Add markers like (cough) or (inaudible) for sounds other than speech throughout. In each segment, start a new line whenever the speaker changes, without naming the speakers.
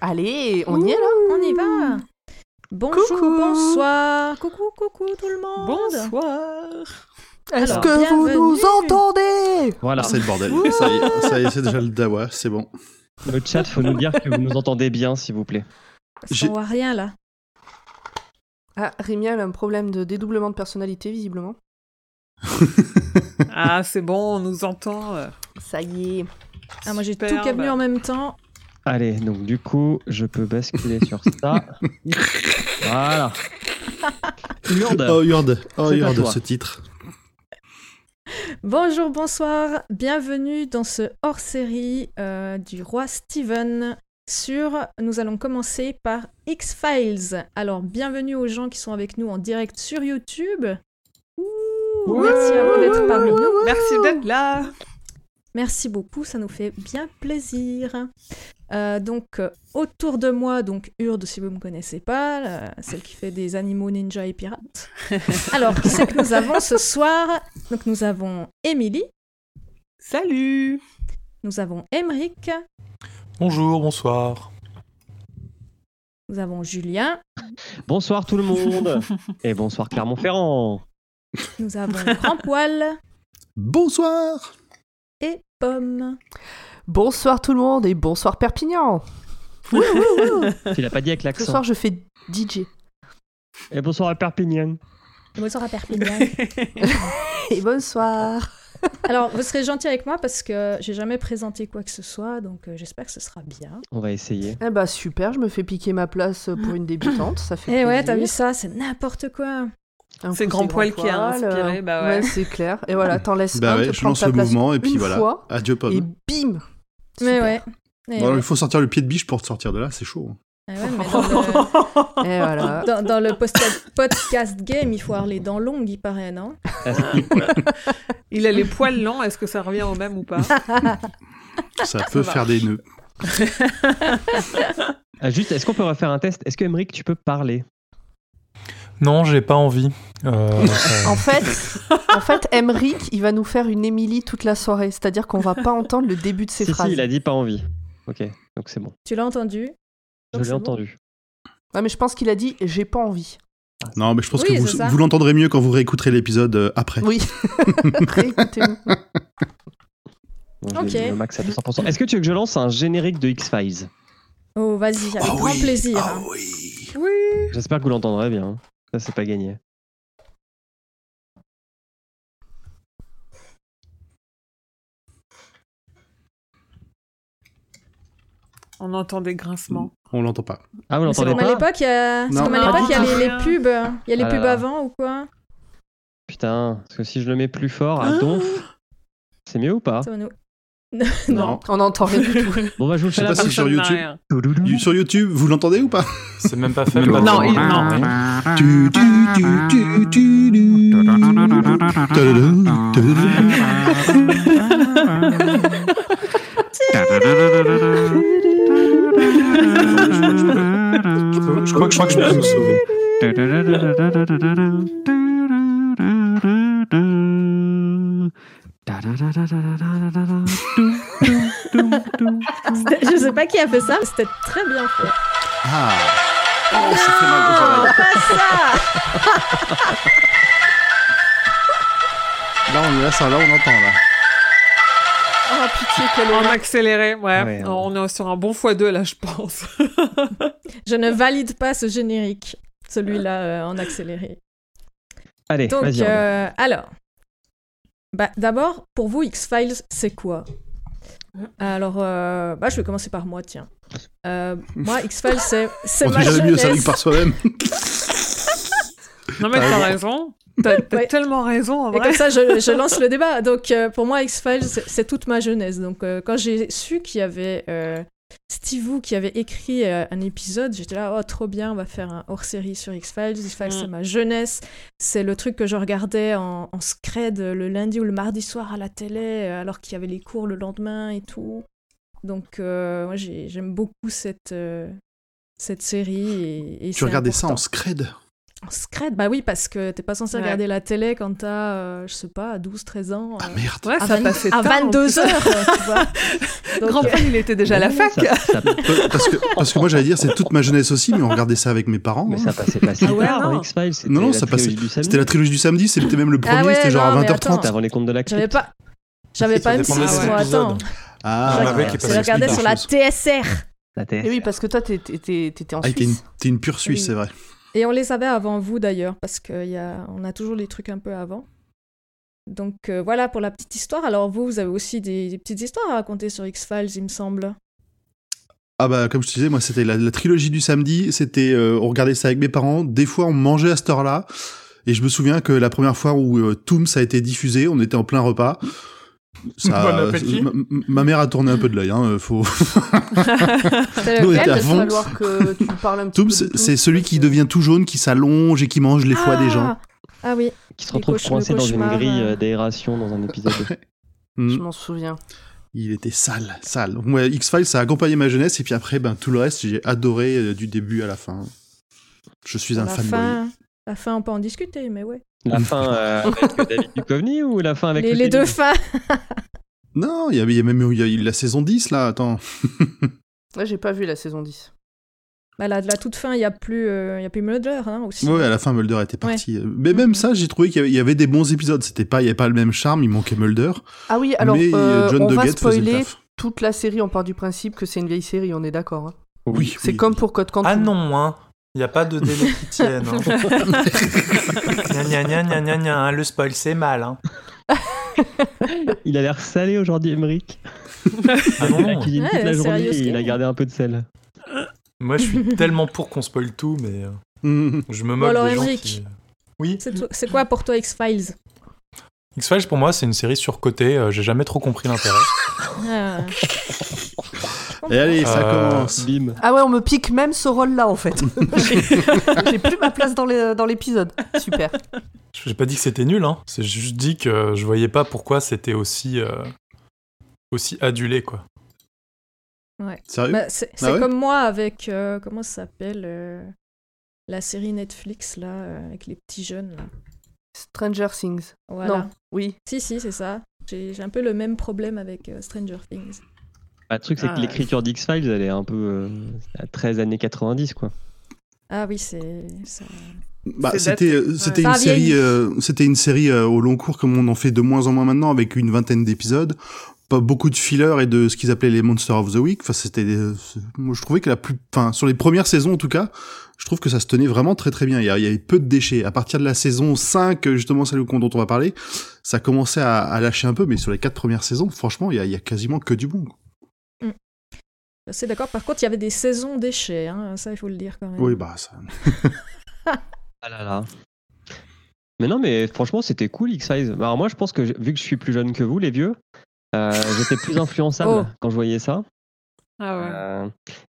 Allez, on y est là
On y va Bonjour,
Coucou.
bonsoir, Mmh. coucou, coucou tout le monde (laughs)
Bonsoir.
Est-ce
Alors,
que vous nous
bienvenue.
entendez
Voilà,
C'est le bordel.
ça y est, ça y est, c'est déjà le dawa, c'est bon.
le chat, faut nous dire que vous nous entendez bien, s'il vous plaît.
Parce
J'ai-
qu'on voit rien là.
Ah, Rémi elle a un problème de dédoublement de personnalité, visiblement.
Ah, c'est bon, on nous entend.
Ça y est.
Ah, moi j'ai tout
Superbe.
câblé en même temps.
Allez, donc du coup, je peux basculer sur ça. Voilà. Lourde.
Oh Yord, oh
C'est à
Yord,
toi.
ce titre.
Bonjour, bonsoir, bienvenue dans ce hors-série euh, du roi Steven sur... Nous allons commencer par X-Files. Alors, bienvenue aux gens qui sont avec nous en direct sur YouTube. Ouh,
Ouais,
merci à vous d'être
ouais,
parmi nous.
Merci d'être là.
Merci beaucoup, ça nous fait bien plaisir. Euh, donc euh, autour de moi, donc Urde si vous ne me connaissez pas, la- celle qui fait des animaux ninja et
(laughs)
pirates. Alors qui c'est que nous avons ce soir Donc nous avons Émilie,
Salut.
nous avons Emeric,
Bonjour, bonsoir.
nous avons Julien,
Bonsoir tout le monde. Et bonsoir Clermont-Ferrand.
nous
(laughs)
avons Grand Poil
Bonsoir
et Pomme.
Bonsoir tout le monde et bonsoir Perpignan.
Tu l'as pas dit
(laughs)
avec
Ce
l'accent.
soir je fais DJ.
Et bonsoir à Perpignan.
Bonsoir à
(laughs)
Perpignan.
Et bonsoir.
(laughs) Alors vous serez gentil avec moi parce que j'ai jamais présenté quoi que ce soit, donc euh, j'espère que ce sera bien.
On va essayer.
Eh bah super, je me fais piquer ma place pour une débutante, ça fait
Eh ouais,
plaisir.
t'as vu ça, c'est n'importe quoi.
Un
C'est
coup,
Grand Poil qui a
Poil,
inspiré,
euh,
bah ouais.
c'est clair. Et voilà, t'en laisses
Bah
Ah,
un,
ouais,
te
je
prends
lance
ta
le
place
mouvement et puis
une
voilà.
fois,
Adieu Pomme.
et bim
Mais
Super.
ouais. Eh
Bon,
ouais.
il faut sortir le pied de biche pour te sortir de là,
(laughs)
c'est chaud. hein.
Ah ouais,
(laughs)
mais dans le,
Et (laughs) voilà.
dans- dans le post- podcast game, il faut avoir les dents longues, il paraît, non
(laughs) Il a les poils lents, est-ce que ça revient au même ou pas
Ça peut
va.
faire des nœuds.
Ah, juste, est-ce qu'on peut refaire un test Est-ce que Emeric, tu peux parler
Non, j'ai pas envie. (laughs) Euh, ça-
En fait, en fait, Emric, il va nous faire une Émilie toute la soirée. C'est-à-dire qu'on va pas entendre le début de ses
Si,
phrases.
si, il a dit pas envie. Ok, donc c'est bon.
Tu l'as entendu
Je
Donc
l'ai
c'est bon.
entendu.
Ouais, mais je pense qu'il a dit j'ai pas envie.
Non, mais je pense
Oui,
que
c'est ça.
vous, vous l'entendrez mieux quand vous réécouterez l'épisode euh, après. (laughs)
Oui. Réécoutez-nous.
Bon, je l'ai
Ok.
mis au max à 200%. Est-ce que tu veux que je lance un générique de X-Files
Oh, vas-y, avec
Oh
grand
oui,
plaisir.
ah
hein.
oui.
Oui.
J'espère que vous l'entendrez bien. hein. Ça, c'est pas gagné.
On entend des grincements.
On
(laughs)
l'entend pas.
Ah, vous
C'est
l'entendez
comme à
pas
l'époque, il y a, c'est
Non. Ah,
comme à
Non,
l'époque, il y a
du
les,
tout.
les pubs. hein. Il y a les
Ah là
pubs
là.
avant ou quoi
Putain, parce que si je le mets plus fort à donf,
Ah
Ah,
c'est mieux ou pas
Ça va nous-
Non.
On n'entend rien du
(laughs)
tout.
Bon bah je vous le
Je
fais
sais
là.
pas si sur YouTube. You- Sur YouTube, vous l'entendez ou pas
c'est même pas fait.
Non,
il- non.
Tu, tu, tu, tu, tu, tu. Tadadam, tadadam.
Je crois, je crois que je peux me sauver.
Je sais pas qui a fait ça, mais c'était très bien fait.
Ah Oh, ça fait mal aux oreilles.
Pas ça
Là, on, là, ça, là, on entend, là.
Ah pitié, quelle
En
horreur.
accéléré, ouais.
Ouais, ouais.
On est sur un bon x2 là, je pense. (laughs)
Je ne valide pas ce générique, celui-là euh, en accéléré.
Allez,
Donc,
vas-y. Arnaud.
euh, alors, bah, d'abord, pour vous, X-Files, c'est quoi
Hein
Alors, euh, bah, je vais commencer par moi, tiens. Euh, moi, X-Files, c'est, c'est
On
ma
fait jamais mieux, ça
jeunesse.
avec
(laughs)
par soi-même.
Non mais t'as
Ah,
raison. T'as t'as
Ouais.
tellement raison en
Et
vrai.
comme ça, je,
(laughs)
je lance le débat. Donc, euh, pour moi, X-Files, c'est, c'est toute ma jeunesse. Donc, euh, quand j'ai su qu'il y avait euh, Steve Wu qui avait écrit euh, un épisode, j'étais là, oh, trop bien, on va faire un hors-série sur X-Files. X-Files,
Mm.
c'est ma jeunesse. C'est le truc que je regardais en, en scred euh, le lundi ou le mardi soir à la télé, euh, alors qu'il y avait les cours le lendemain et tout. Donc, euh, moi, j'ai- j'aime beaucoup cette, euh, cette série. Et, et
Tu
c'est
regardais ça en
important.
scred
Secrète, bah oui, parce que t'es pas censé
Ouais.
regarder la télé quand t'as, euh, je sais pas, 12-13 ans.
Ah
euh,
merde.
Ouais, ça
vingt-
passait
à
tard, en
22 heures, euh, tu
(laughs)
vois. Donc, euh,
Grand Paul, il était déjà à la
Oui,
fac.
ça- ça-
Pa- Parce que, parce que moi j'allais dire c'est toute ma jeunesse aussi, mais on regardait ça avec mes parents.
Mais
hein.
ça passait pas si
Ah ouais,
tard,
non.
X-Files. c'était
Non, non,
la
ça passait-
trilogie du samedi.
C'était la trilogie du samedi, c'était même le premier,
Ah ouais,
c'était genre
non,
à
mais
20h30.
C'était avant les contes de la crypte.
J'avais pas. J'avais
Ça
pas
dépendait
M6,
des
moi, attends.
épisodes.
Ah,
J'avais-
Ah, ouais, qui
Je
passait
regardais
explique
sur
des
la
choses.
TSR.
La
Et
TSR.
Eh oui, parce que toi, t'es- t'es- t'es- t'étais en
Ah, t'es une,
Suisse.
t'es une pure Suisse,
Oui.
c'est vrai.
Et on les avait avant vous d'ailleurs, parce qu'on a toujours les trucs un peu avant. Donc euh, voilà pour la petite histoire. Alors vous, vous avez aussi des, des petites histoires à raconter sur X-Files, il me semble.
Ah bah comme je te disais, moi c'était la, la trilogie du samedi, c'était euh, on regardait ça avec mes parents, des fois on mangeait à cette heure-là, et je me souviens que la première fois où euh, Tooms a été diffusé, on était en plein repas. Ça,
Bon appétit.
ma, ma mère a tourné un peu de l'œil, hein,
(laughs)
euh, faut...
C'est
Nous, on était à
Il va
fond.
falloir que tu parles un petit
Tooms,
peu de Tooms,
c'est celui qui
parce que-
devient tout jaune, qui s'allonge et qui mange les foies des gens.
Ah oui.
Qui se
Les
retrouve
cauchemars-
coincé dans une
cauchemars,
grille
euh.
euh, d'aération dans un épisode.
(laughs)
Je
Mm.
m'en souviens.
Il était sale, sale. Donc, moi, X-Files, ça a accompagné ma jeunesse, et puis après, ben, tout le reste, j'ai adoré euh, du début à la fin. Je suis un
la
fanboy.
fin, la fin, on peut en discuter, mais ouais.
La fin euh, avec euh, David Duchovny ou la fin avec
Les,
le
les
Kevin
deux fins.
Non, il y avait il y a même il y a eu la saison 10, là,
(laughs)
attends.
Ouais, j'ai pas vu la saison 10.
Bah, la, la toute fin, il n'y a plus, euh, il y a plus Mulder hein, aussi.
Ouais, à la fin, Mulder était parti. Mais
Mhm.
même ça, j'ai trouvé qu'il y avait- il y avait des bons épisodes. C'était pas, il n'y avait pas le même charme, il manquait Mulder.
Ah oui, alors
mais
euh,
euh, John
on va
Doggett faisait le
spoiler
taf.
toute la série. On part du principe que c'est une vieille série, on est d'accord. hein.
Oui,
C'est
oui.
comme pour Code Quantum.
Ah non, hein. Il n'y a pas de délai qui tienne. Hein. gna, gna, gna, gna, gna, gna, hein. Le spoil, c'est mal. Hein.
Il a l'air salé aujourd'hui, Emmerich.
Ah
Il a
non.
cuisiné
Ouais,
toute la
sérieux,
journée
ce
et il a
gars.
gardé un peu de sel.
Moi, je suis tellement pour qu'on spoil tout, mais euh,
Mhm.
je me moque
alors,
des gens
Emmerich.
qui... euh,
C'est toi- C'est quoi pour toi X-Files
X-Files, pour moi, c'est une série surcotée. euh, J'ai jamais trop compris l'intérêt.
Ah.
(laughs) Et allez, ça
Euh,
commence.
Bim.
Ah ouais, on me pique même ce rôle-là en
(laughs)
fait. J'ai- J'ai plus ma place dans les- dans l'épisode. Super.
J'ai pas dit que c'était nul, hein. C'est juste dit que je voyais pas pourquoi c'était aussi, euh, aussi adulé, quoi.
Sérieux
Bah, c'est c'est
Ah ouais
comme moi avec euh, comment ça s'appelle euh, la série Netflix là euh, avec les petits jeunes. Là.
Stranger Things.
Voilà.
Non. Oui.
Si si c'est ça. J'ai j'ai un peu le même problème avec euh, Stranger Things.
Bah, le truc, c'est
Ah,
que l'écriture d'X-Files, elle est un peu euh, à 13 années 90, quoi.
Ah oui c'est ça.
Bah,
C'est
c'était
daté,
euh,
ouais.
c'était
Ça
une
a vieilli.
série euh, c'était une série euh, au long cours comme on en fait de moins en moins maintenant avec une vingtaine d'épisodes pas beaucoup de fillers et de ce qu'ils appelaient les Monsters of the Week enfin c'était des- c'est- moi je trouvais que la plus enfin sur les premières saisons en tout cas je trouve que ça se tenait vraiment très très bien il y, a- il y avait peu de déchets à partir de la saison 5 euh, justement celle dont on va parler ça commençait à, à lâcher un peu mais sur les quatre premières saisons franchement il y a, il y a quasiment que du bon quoi.
Bah, C'est d'accord. Par contre il y avait des saisons déchets. Hein, ça il faut le dire quand même.
oui bah ça
Ah là là. Mais non, mais franchement, c'était cool, X-Files. Bah, Alors, moi, je pense que je- vu que je suis plus jeune que vous, les vieux, (laughs) euh, j'étais plus influençable
Oh.
quand je voyais ça.
Ah ouais.
Euh,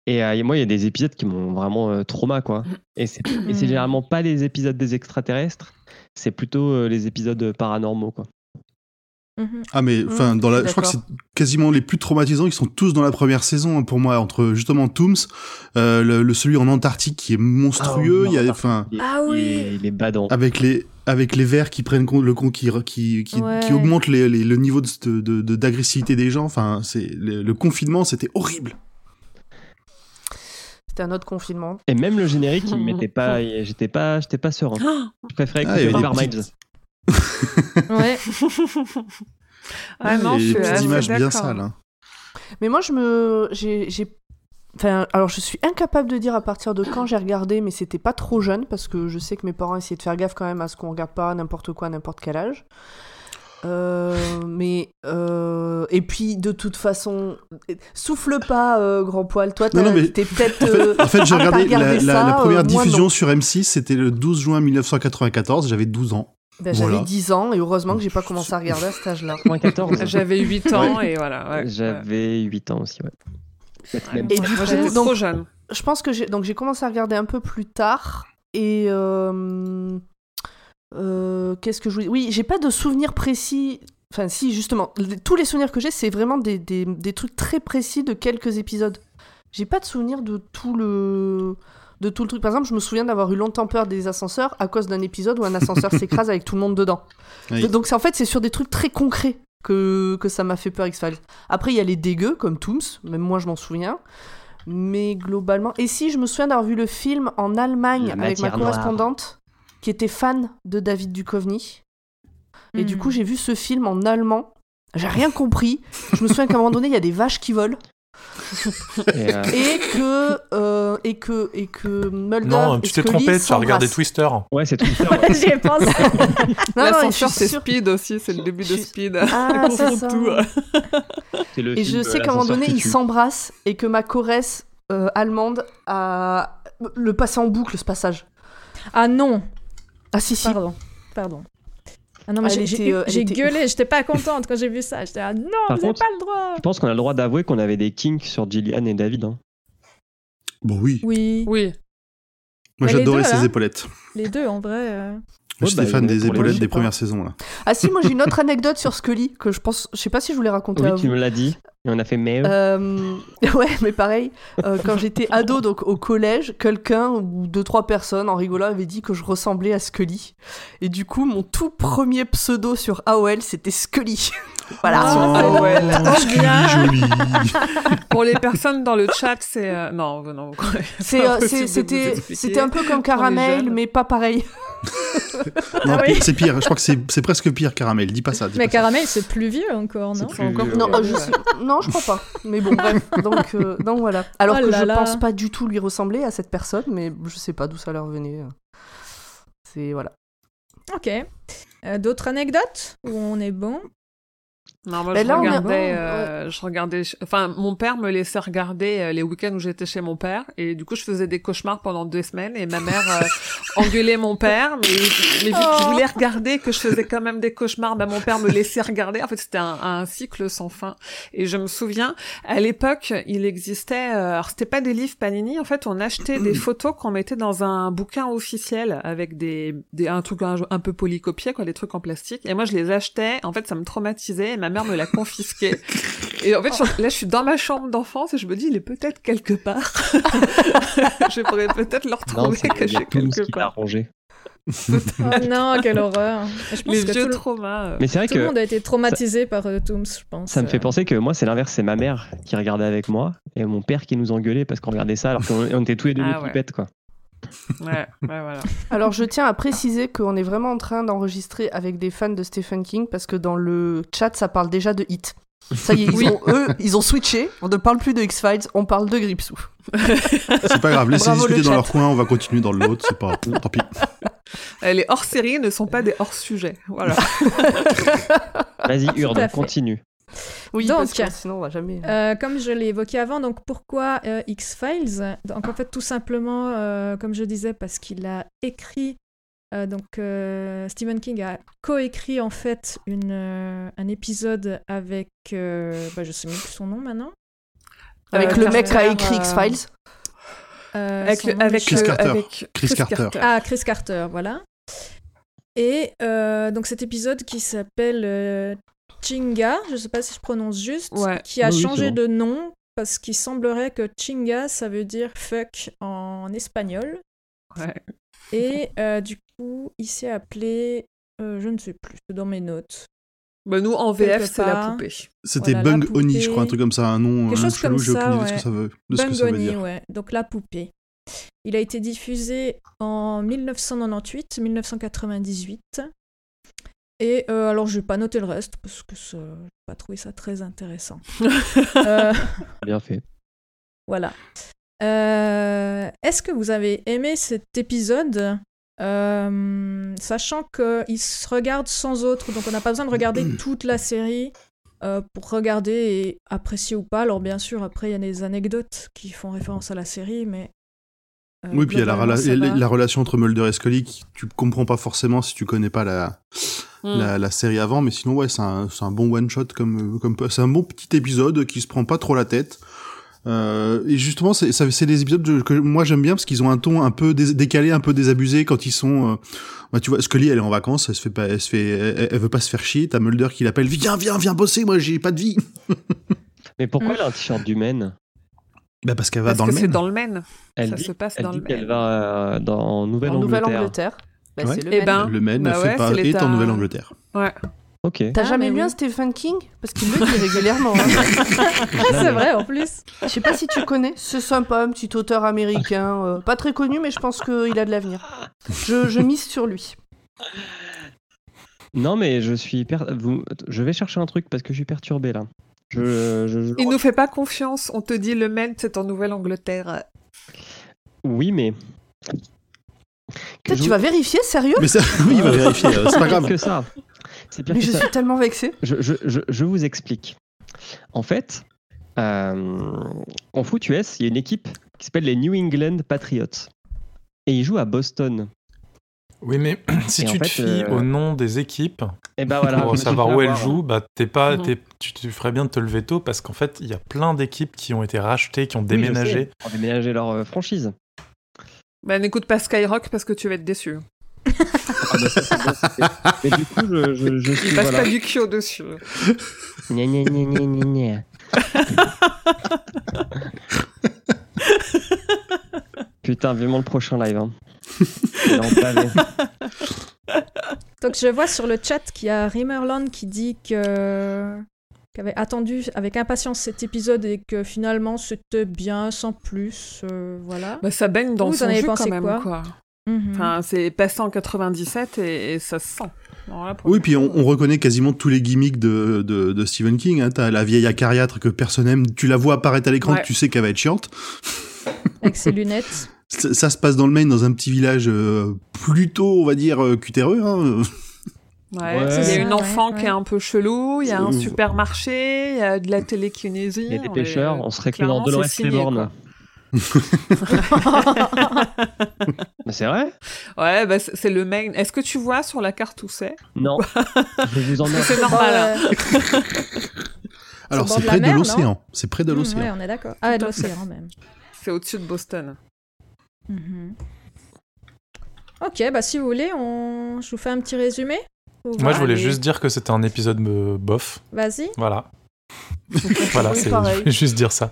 et, euh, et moi, il y a des épisodes qui m'ont vraiment euh, trauma, quoi. Et c'est
(coughs)
et c'est généralement pas les épisodes des extraterrestres, c'est plutôt euh, les épisodes paranormaux, quoi.
Mhm.
Ah mais
Mm,
enfin dans la, je crois que
d'accord.
c'est quasiment les plus traumatisants. Ils sont tous dans la première saison hein, pour moi entre justement Tooms, euh, le, le celui en Antarctique qui est monstrueux.
Ah,
il y a
en
enfin
Ah oui.
Et les badants.
avec les avec les vers qui prennent compte le con qui qui qui,
Ouais.
qui augmente les- les- le niveau de de- de- d'agressivité des gens. Enfin c'est le, le confinement c'était horrible.
C'était un autre confinement.
Et même le générique, il me
(laughs)
mettait pas, j'étais pas, j'étais pas serein.
Ah,
Je préférais
Ah, il y
écouter
avait des
Bar
petites-
Miles.
Ouais.
Ah non,
Et
je
des
suis
petites
assez
images bien
d'accord.
sales. hein.
Mais moi, je me. J'ai. j'ai- Enfin, alors je suis incapable de dire à partir de quand j'ai regardé, mais c'était pas trop jeune parce que je sais que mes parents essayaient de faire gaffe quand même à ce qu'on regarde pas n'importe quoi à n'importe quel âge. Euh, mais euh, et puis de toute façon, souffle pas, euh, grand poil. Toi, t'as-
Non, non, mais-
t'es peut-être. euh,
En fait j'ai
Ah, t'as
regardé la,
regardé
la-
ça,
la première
euh, moi,
diffusion
non.
sur M6 c'était le 12 juin 1994. J'avais 12 ans.
ben, J'avais
Voilà.
10 ans et heureusement que j'ai pas commencé à regarder à cet âge-là.
94.
J'avais 8 ans et voilà. ouais.
J'avais 8 ans aussi, ouais.
Ouais.
Même-
Et
Moi,
du coup,
j'étais
donc-
trop jeune.
je pense que j'ai donc j'ai commencé à regarder un peu plus tard et euh, euh, qu'est-ce que je voulais oui j'ai pas de souvenirs précis enfin si justement les- tous les souvenirs que j'ai c'est vraiment des, des- des trucs très précis de quelques épisodes j'ai pas de souvenirs de tout le de tout le truc. Par exemple, je me souviens d'avoir eu longtemps peur des ascenseurs à cause d'un épisode où un ascenseur s'écrase avec tout le monde dedans.
Oui.
Bah, Donc c'est- en fait, c'est sur des trucs très concrets que, que ça m'a fait peur X-Files. Après, il y a les dégueux comme Tooms, même moi je m'en souviens. Mais globalement, et si je me souviens d'avoir vu le film en Allemagne
La
avec ma
matière noire.
correspondante qui était fan de David Duchovny. Et du
Hmm.
coup, j'ai vu ce film en allemand. J'ai rien compris. Je me souviens qu'à un moment donné, il y a des vaches qui volent
Et, euh,
et que euh, et que et que Mulder
Non,
et
tu t'es
Scully
trompé, tu as regardé
s'embrassent.
Twister.
ouais, c'est tout.
(laughs) J'y ai
Non, non, et
pensé.
je suis
L'ascenseur, c'est
sûre-
Speed aussi, c'est le début
Je
de
suis-
Speed. (laughs)
Ah, c'est
confond
ça.
tout.
C'est le
Et je
film de
sais qu'à un moment
l'ascenseur
donné,
qui
ils
tue.
s'embrassent et que ma corresse euh, allemande a le passé en boucle, ce passage.
Ah non,
Ah si si.
pardon, pardon. Ah non, mais
Elle
j'ai-
était,
j'ai eu-
euh, elle
j'ai
était
gueulé, j'étais pas contente quand j'ai vu ça. J'étais ah non,
Par
vous n'avez
contre-
pas le droit.
Je pense qu'on a le droit d'avouer qu'on avait des kinks sur Gillian et David. hein.
Bon, oui.
Oui,
Oui.
Moi,
Bah, les
j'adorais
deux,
ces
là.
épaulettes.
les deux en vrai. euh.
Ouais,
J'étais
bah,
fan
ils vont
des
pour les
épaulettes
jeux,
des
pas.
premières saisons, là.
Ah si, moi j'ai une autre anecdote sur Scully que je pense, je sais pas si je voulais raconter
Oui,
à
tu
vous.
me l'as dit. Et on a fait mais.
Euh, (laughs) ouais, mais pareil, euh, quand j'étais ado, donc au collège, quelqu'un ou deux, trois personnes en rigolant avaient dit que je ressemblais à Scully. Et du coup, mon tout premier pseudo sur AOL, c'était Scully. (laughs) voilà.
Ah, ouais, là.
(laughs)
Oh, Scully, jolie.
Pour les personnes dans le chat, c'est. euh, Non, vous- non, vous-
C'est,
pas
(laughs)
euh,
possible de
c'est-
vous
C'était
expliquer.
c'était un peu comme
Pour les
Caramel,
jeunes.
mais pas pareil.
Non,
Ah oui.
pire- c'est pire. Je crois que c'est c'est presque pire, Caramel. Dis pas ça. dis
Mais
pas ça.
Caramel, c'est plus vieux encore, non
C'est
Faut encore-
plus,
Non,
euh,
ah, je sais- non, je crois pas. Mais bon, bref. Donc, euh, donc voilà. Alors
Oh
que
là
je
là.
pense pas du tout lui ressembler à cette personne, mais je sais pas d'où ça leur venait. euh. C'est voilà.
Ok. Euh, D'autres anecdotes où on est bon
Non, moi,
Mais Ben
je,
là, on est-
regardais, euh, je regardais. Enfin, mon père me laissait regarder euh, les week-ends où j'étais chez mon père. Et du coup, je faisais des cauchemars pendant deux semaines. Et ma mère euh, engueulait mon père. Mais, mais vu que je
Oh.
voulais regarder, que je faisais quand même des cauchemars, bah, mon père me laissait regarder. En fait, c'était un, un cycle sans fin. Et je me souviens, à l'époque, il existait. euh, alors, c'était pas des livres Panini. En fait, on achetait
(clears throat)
des photos qu'on mettait dans un bouquin officiel avec des, des un truc un, un peu polycopié, quoi, des trucs en plastique. Et moi, je les achetais. En fait, ça me traumatisait. Et ma mère me l'a
(laughs)
confisqué. Et en fait, je- là, je suis dans ma chambre d'enfance et je me dis, il est peut-être quelque part. (laughs) je pourrais peut-être le
Non,
retrouver
c'est
caché
Tooms
quelque
qui l'a
part.
rangé.
Oh non,
(laughs)
quelle horreur. Je pense
Les
que
vieux
tout, le-
traumas. euh.
Mais c'est vrai
tout le
que
monde a été traumatisé par euh, Tooms, je pense.
ça me fait
Euh,
penser que moi, c'est l'inverse. C'est ma mère qui regardait avec moi et mon père qui nous engueulait parce qu'on regardait ça alors qu'on on était tous les deux
Ah
des
ouais.
pipettes, quoi.
Ouais, ouais, voilà.
Alors je tiens à préciser qu'on est vraiment en train d'enregistrer avec des fans de Stephen King parce que dans le chat, ça parle déjà de Hit. Ça y est, ils
Oui.
ont, eux, ils ont switché. On ne parle plus de X-Files, on parle de Gripsou.
(laughs) C'est pas grave. Laissez
Bravo, le
discuter dans
chat.
leur coin. On va continuer dans l'autre. C'est pas. Tant pis.
Oh
Euh, Les hors-séries ne sont pas des hors-sujets. Voilà.
Vas-y,
à
Urde,
fait.
continue.
Oui,
Donc.
parce que sinon on va jamais.
Euh, comme je l'ai évoqué avant, donc pourquoi euh, X-Files Donc en fait, tout simplement, euh, comme je disais, parce qu'il a écrit, euh, donc euh, Stephen King a coécrit en fait une, euh, un épisode avec, euh, bah, je sais même plus son nom maintenant.
Avec
euh,
le mec qui a
Carter,
écrit
euh,
X-Files.
Euh,
Avec,
son
le-
nom
avec,
Chris
le-
Carter.
avec
Chris Carter.
Ah, Chris Carter, voilà. Et euh, donc cet épisode qui s'appelle euh, Chinga, je sais pas si je prononce juste,
Ouais.
qui a
Oui, oui,
changé
c'est bon.
de nom parce qu'il semblerait que Chinga, ça veut dire fuck en espagnol.
Ouais.
Et euh, du coup, il s'est appelé, euh, je ne sais plus, c'est dans mes notes.
Bah, nous, en VF,
Quelque
c'est la
part.
poupée.
C'était
Voilà, la
Bung Oni, je
poupée.
crois, un truc comme ça, un nom,
Quelque
un nom
chose comme
chelou, j'ai
ça,
aucune idée de ce
ouais.
que ça veut, de ce que ça veut
Bungoni,
dire.
ouais, donc la poupée. Il a été diffusé en 1998-1998. Et euh, alors, je vais pas noter le reste parce que ça- j'ai pas trouvé ça très
(laughs)
intéressant. Euh,
Bien fait.
voilà. Euh, Est-ce que vous avez aimé cet épisode Euh, Sachant qu'il se regarde sans autre, donc on n'a pas besoin de regarder
(clears throat)
toute la série euh, pour regarder et apprécier ou pas. Alors bien sûr, après, il y a des anecdotes qui font référence à la série, mais... euh,
Oui, puis il y a la,
globalement,
rela-
ça
la-
va.
la relation entre Mulder et Scully, qui tu comprends pas forcément si tu connais pas la,
Hmm.
la, la série avant, mais sinon, ouais, c'est un, c'est un bon one-shot, comme, comme, c'est un bon petit épisode qui se prend pas trop la tête. Euh, et justement, c'est ça- c'est des épisodes de- que moi j'aime bien parce qu'ils ont un ton un peu dés- décalé, un peu désabusé quand ils sont. euh, bah, tu vois, Scully, elle est en vacances, elle se fait pas, elle se fait, elle, elle veut pas se faire chier. T'as Mulder qui l'appelle, viens, viens, viens bosser, moi j'ai pas de vie.
Mais pourquoi il a un t-shirt du Maine
Bah parce qu'elle va
Parce
dans
que
le
c'est
même.
dans le Maine.
Elle
ça
dit,
se passe
elle
dans
dit
le
qu'elle
Maine.
va euh, dans, en
En
Nouvelle-Angleterre.
Nouvelle-Angleterre. Bah,
Ouais.
c'est le
Eh
Maine.
ben,
Le Maine
Bah
fait
ouais,
pas
c'est
est
l'État-
en Nouvelle-Angleterre.
Ok.
T'as
Ah,
jamais lu
mais oui.
un Stephen King Parce qu'il le dit régulièrement. hein.
Ah, (laughs) c'est vrai, en plus.
Je sais pas si tu connais. C'est sympa, un petit auteur américain. euh, pas très connu, mais je pense qu'il a de l'avenir. Je, je mise sur lui.
Non, mais je suis. per- vous- Je vais chercher un truc parce que je suis perturbé là. Je, je- je-
Il nous fait pas confiance. On te dit le Maine, c'est en Nouvelle-Angleterre.
Oui, mais.
Peut-être
Je-
tu vas vérifier, sérieux
Mais ça, (laughs) oui, il
Ah.
va vérifier. euh, C'est
(laughs)
pas grave.
que ça. C'est pire
Mais
que
je
ça.
suis tellement vexée. (laughs)
Je, je- je- je vous explique. En fait, euh, en foot US, il y a une équipe qui s'appelle les New England Patriots. Et ils jouent à Boston.
Oui, mais (clears throat) si
Et en
tu te
fait,
fies
euh,
au nom des équipes
Et ben voilà. je me
(laughs) pour
suis
savoir
fait
où elles
avoir.
jouent, bah, t'es pas,
Mhm.
t'es- tu, tu ferais bien de te lever tôt parce qu'en fait, il y a plein d'équipes qui ont été rachetées, qui ont
Oui, je
déménagé.
sais, Ont déménagé leur euh, franchise.
Bah n'écoute pas Skyrock parce que tu vas être déçu.
Ah bah ça, c'est bon, c'était- mais du coup, je, je, je suis.
Il passe
voilà.
pas du Kyo dessus.
Gna, gna, gna, gna, gna, gna. (laughs) Putain, vivement le prochain live. Hein. Il est en pavé.
Donc je vois sur le chat qu'il y a Rimmerland qui dit que qu'avait attendu avec impatience cet épisode et que finalement c'était bien sans plus, euh, voilà.
Bah ça baigne dans
Vous en
son
avez
jus quand
pensé
même
quoi
quoi.
Mhm.
Bah, Enfin c'est passé en 97 et, et ça se sent. Alors là, pour
Oui,
le
puis
coup,
on, on reconnaît quasiment tous les gimmicks de, de, de Stephen King. Hein. T'as la vieille acariâtre que personne aime. Tu la vois apparaître à l'écran,
Ouais.
tu sais qu'elle va être chiante.
Avec ses
(laughs)
lunettes.
Ça, ça se passe dans le Maine, dans un petit village euh, plutôt, on va dire, euh, cutéreux. Hein.
Ouais,
Ouais.
Il y
C'est
a une
ça,
enfant
ouais,
qui est un peu chelou, il y a un
Euh,
supermarché, il y a de la télékinésie.
Il y a des
on est-
pêcheurs, on se réclame
clairement,
de
c'est signé,
Cléborne. (laughs) Mais c'est vrai
Ouais, bah, c'est c'est le main. Est-ce que tu vois sur la carte où c'est (laughs)
Non. Je vous en
C'est
Bon,
normal. hein.
euh,
(laughs) Alors,
bord
c'est
de la
près de
mer, non
l'océan. C'est près de
mm,
l'océan.
ouais, on est d'accord. Ah, de
Tout à fait.
l'océan même.
C'est au-dessus de Boston.
Mhm. Ok, bah si vous voulez, on... je vous fais un petit résumé. Ou-
Moi, je voulais
Allez.
juste dire que c'était un épisode euh, bof.
Vas-y.
Voilà. voilà,
Oui,
c'est-
pareil.
je voulais juste dire ça.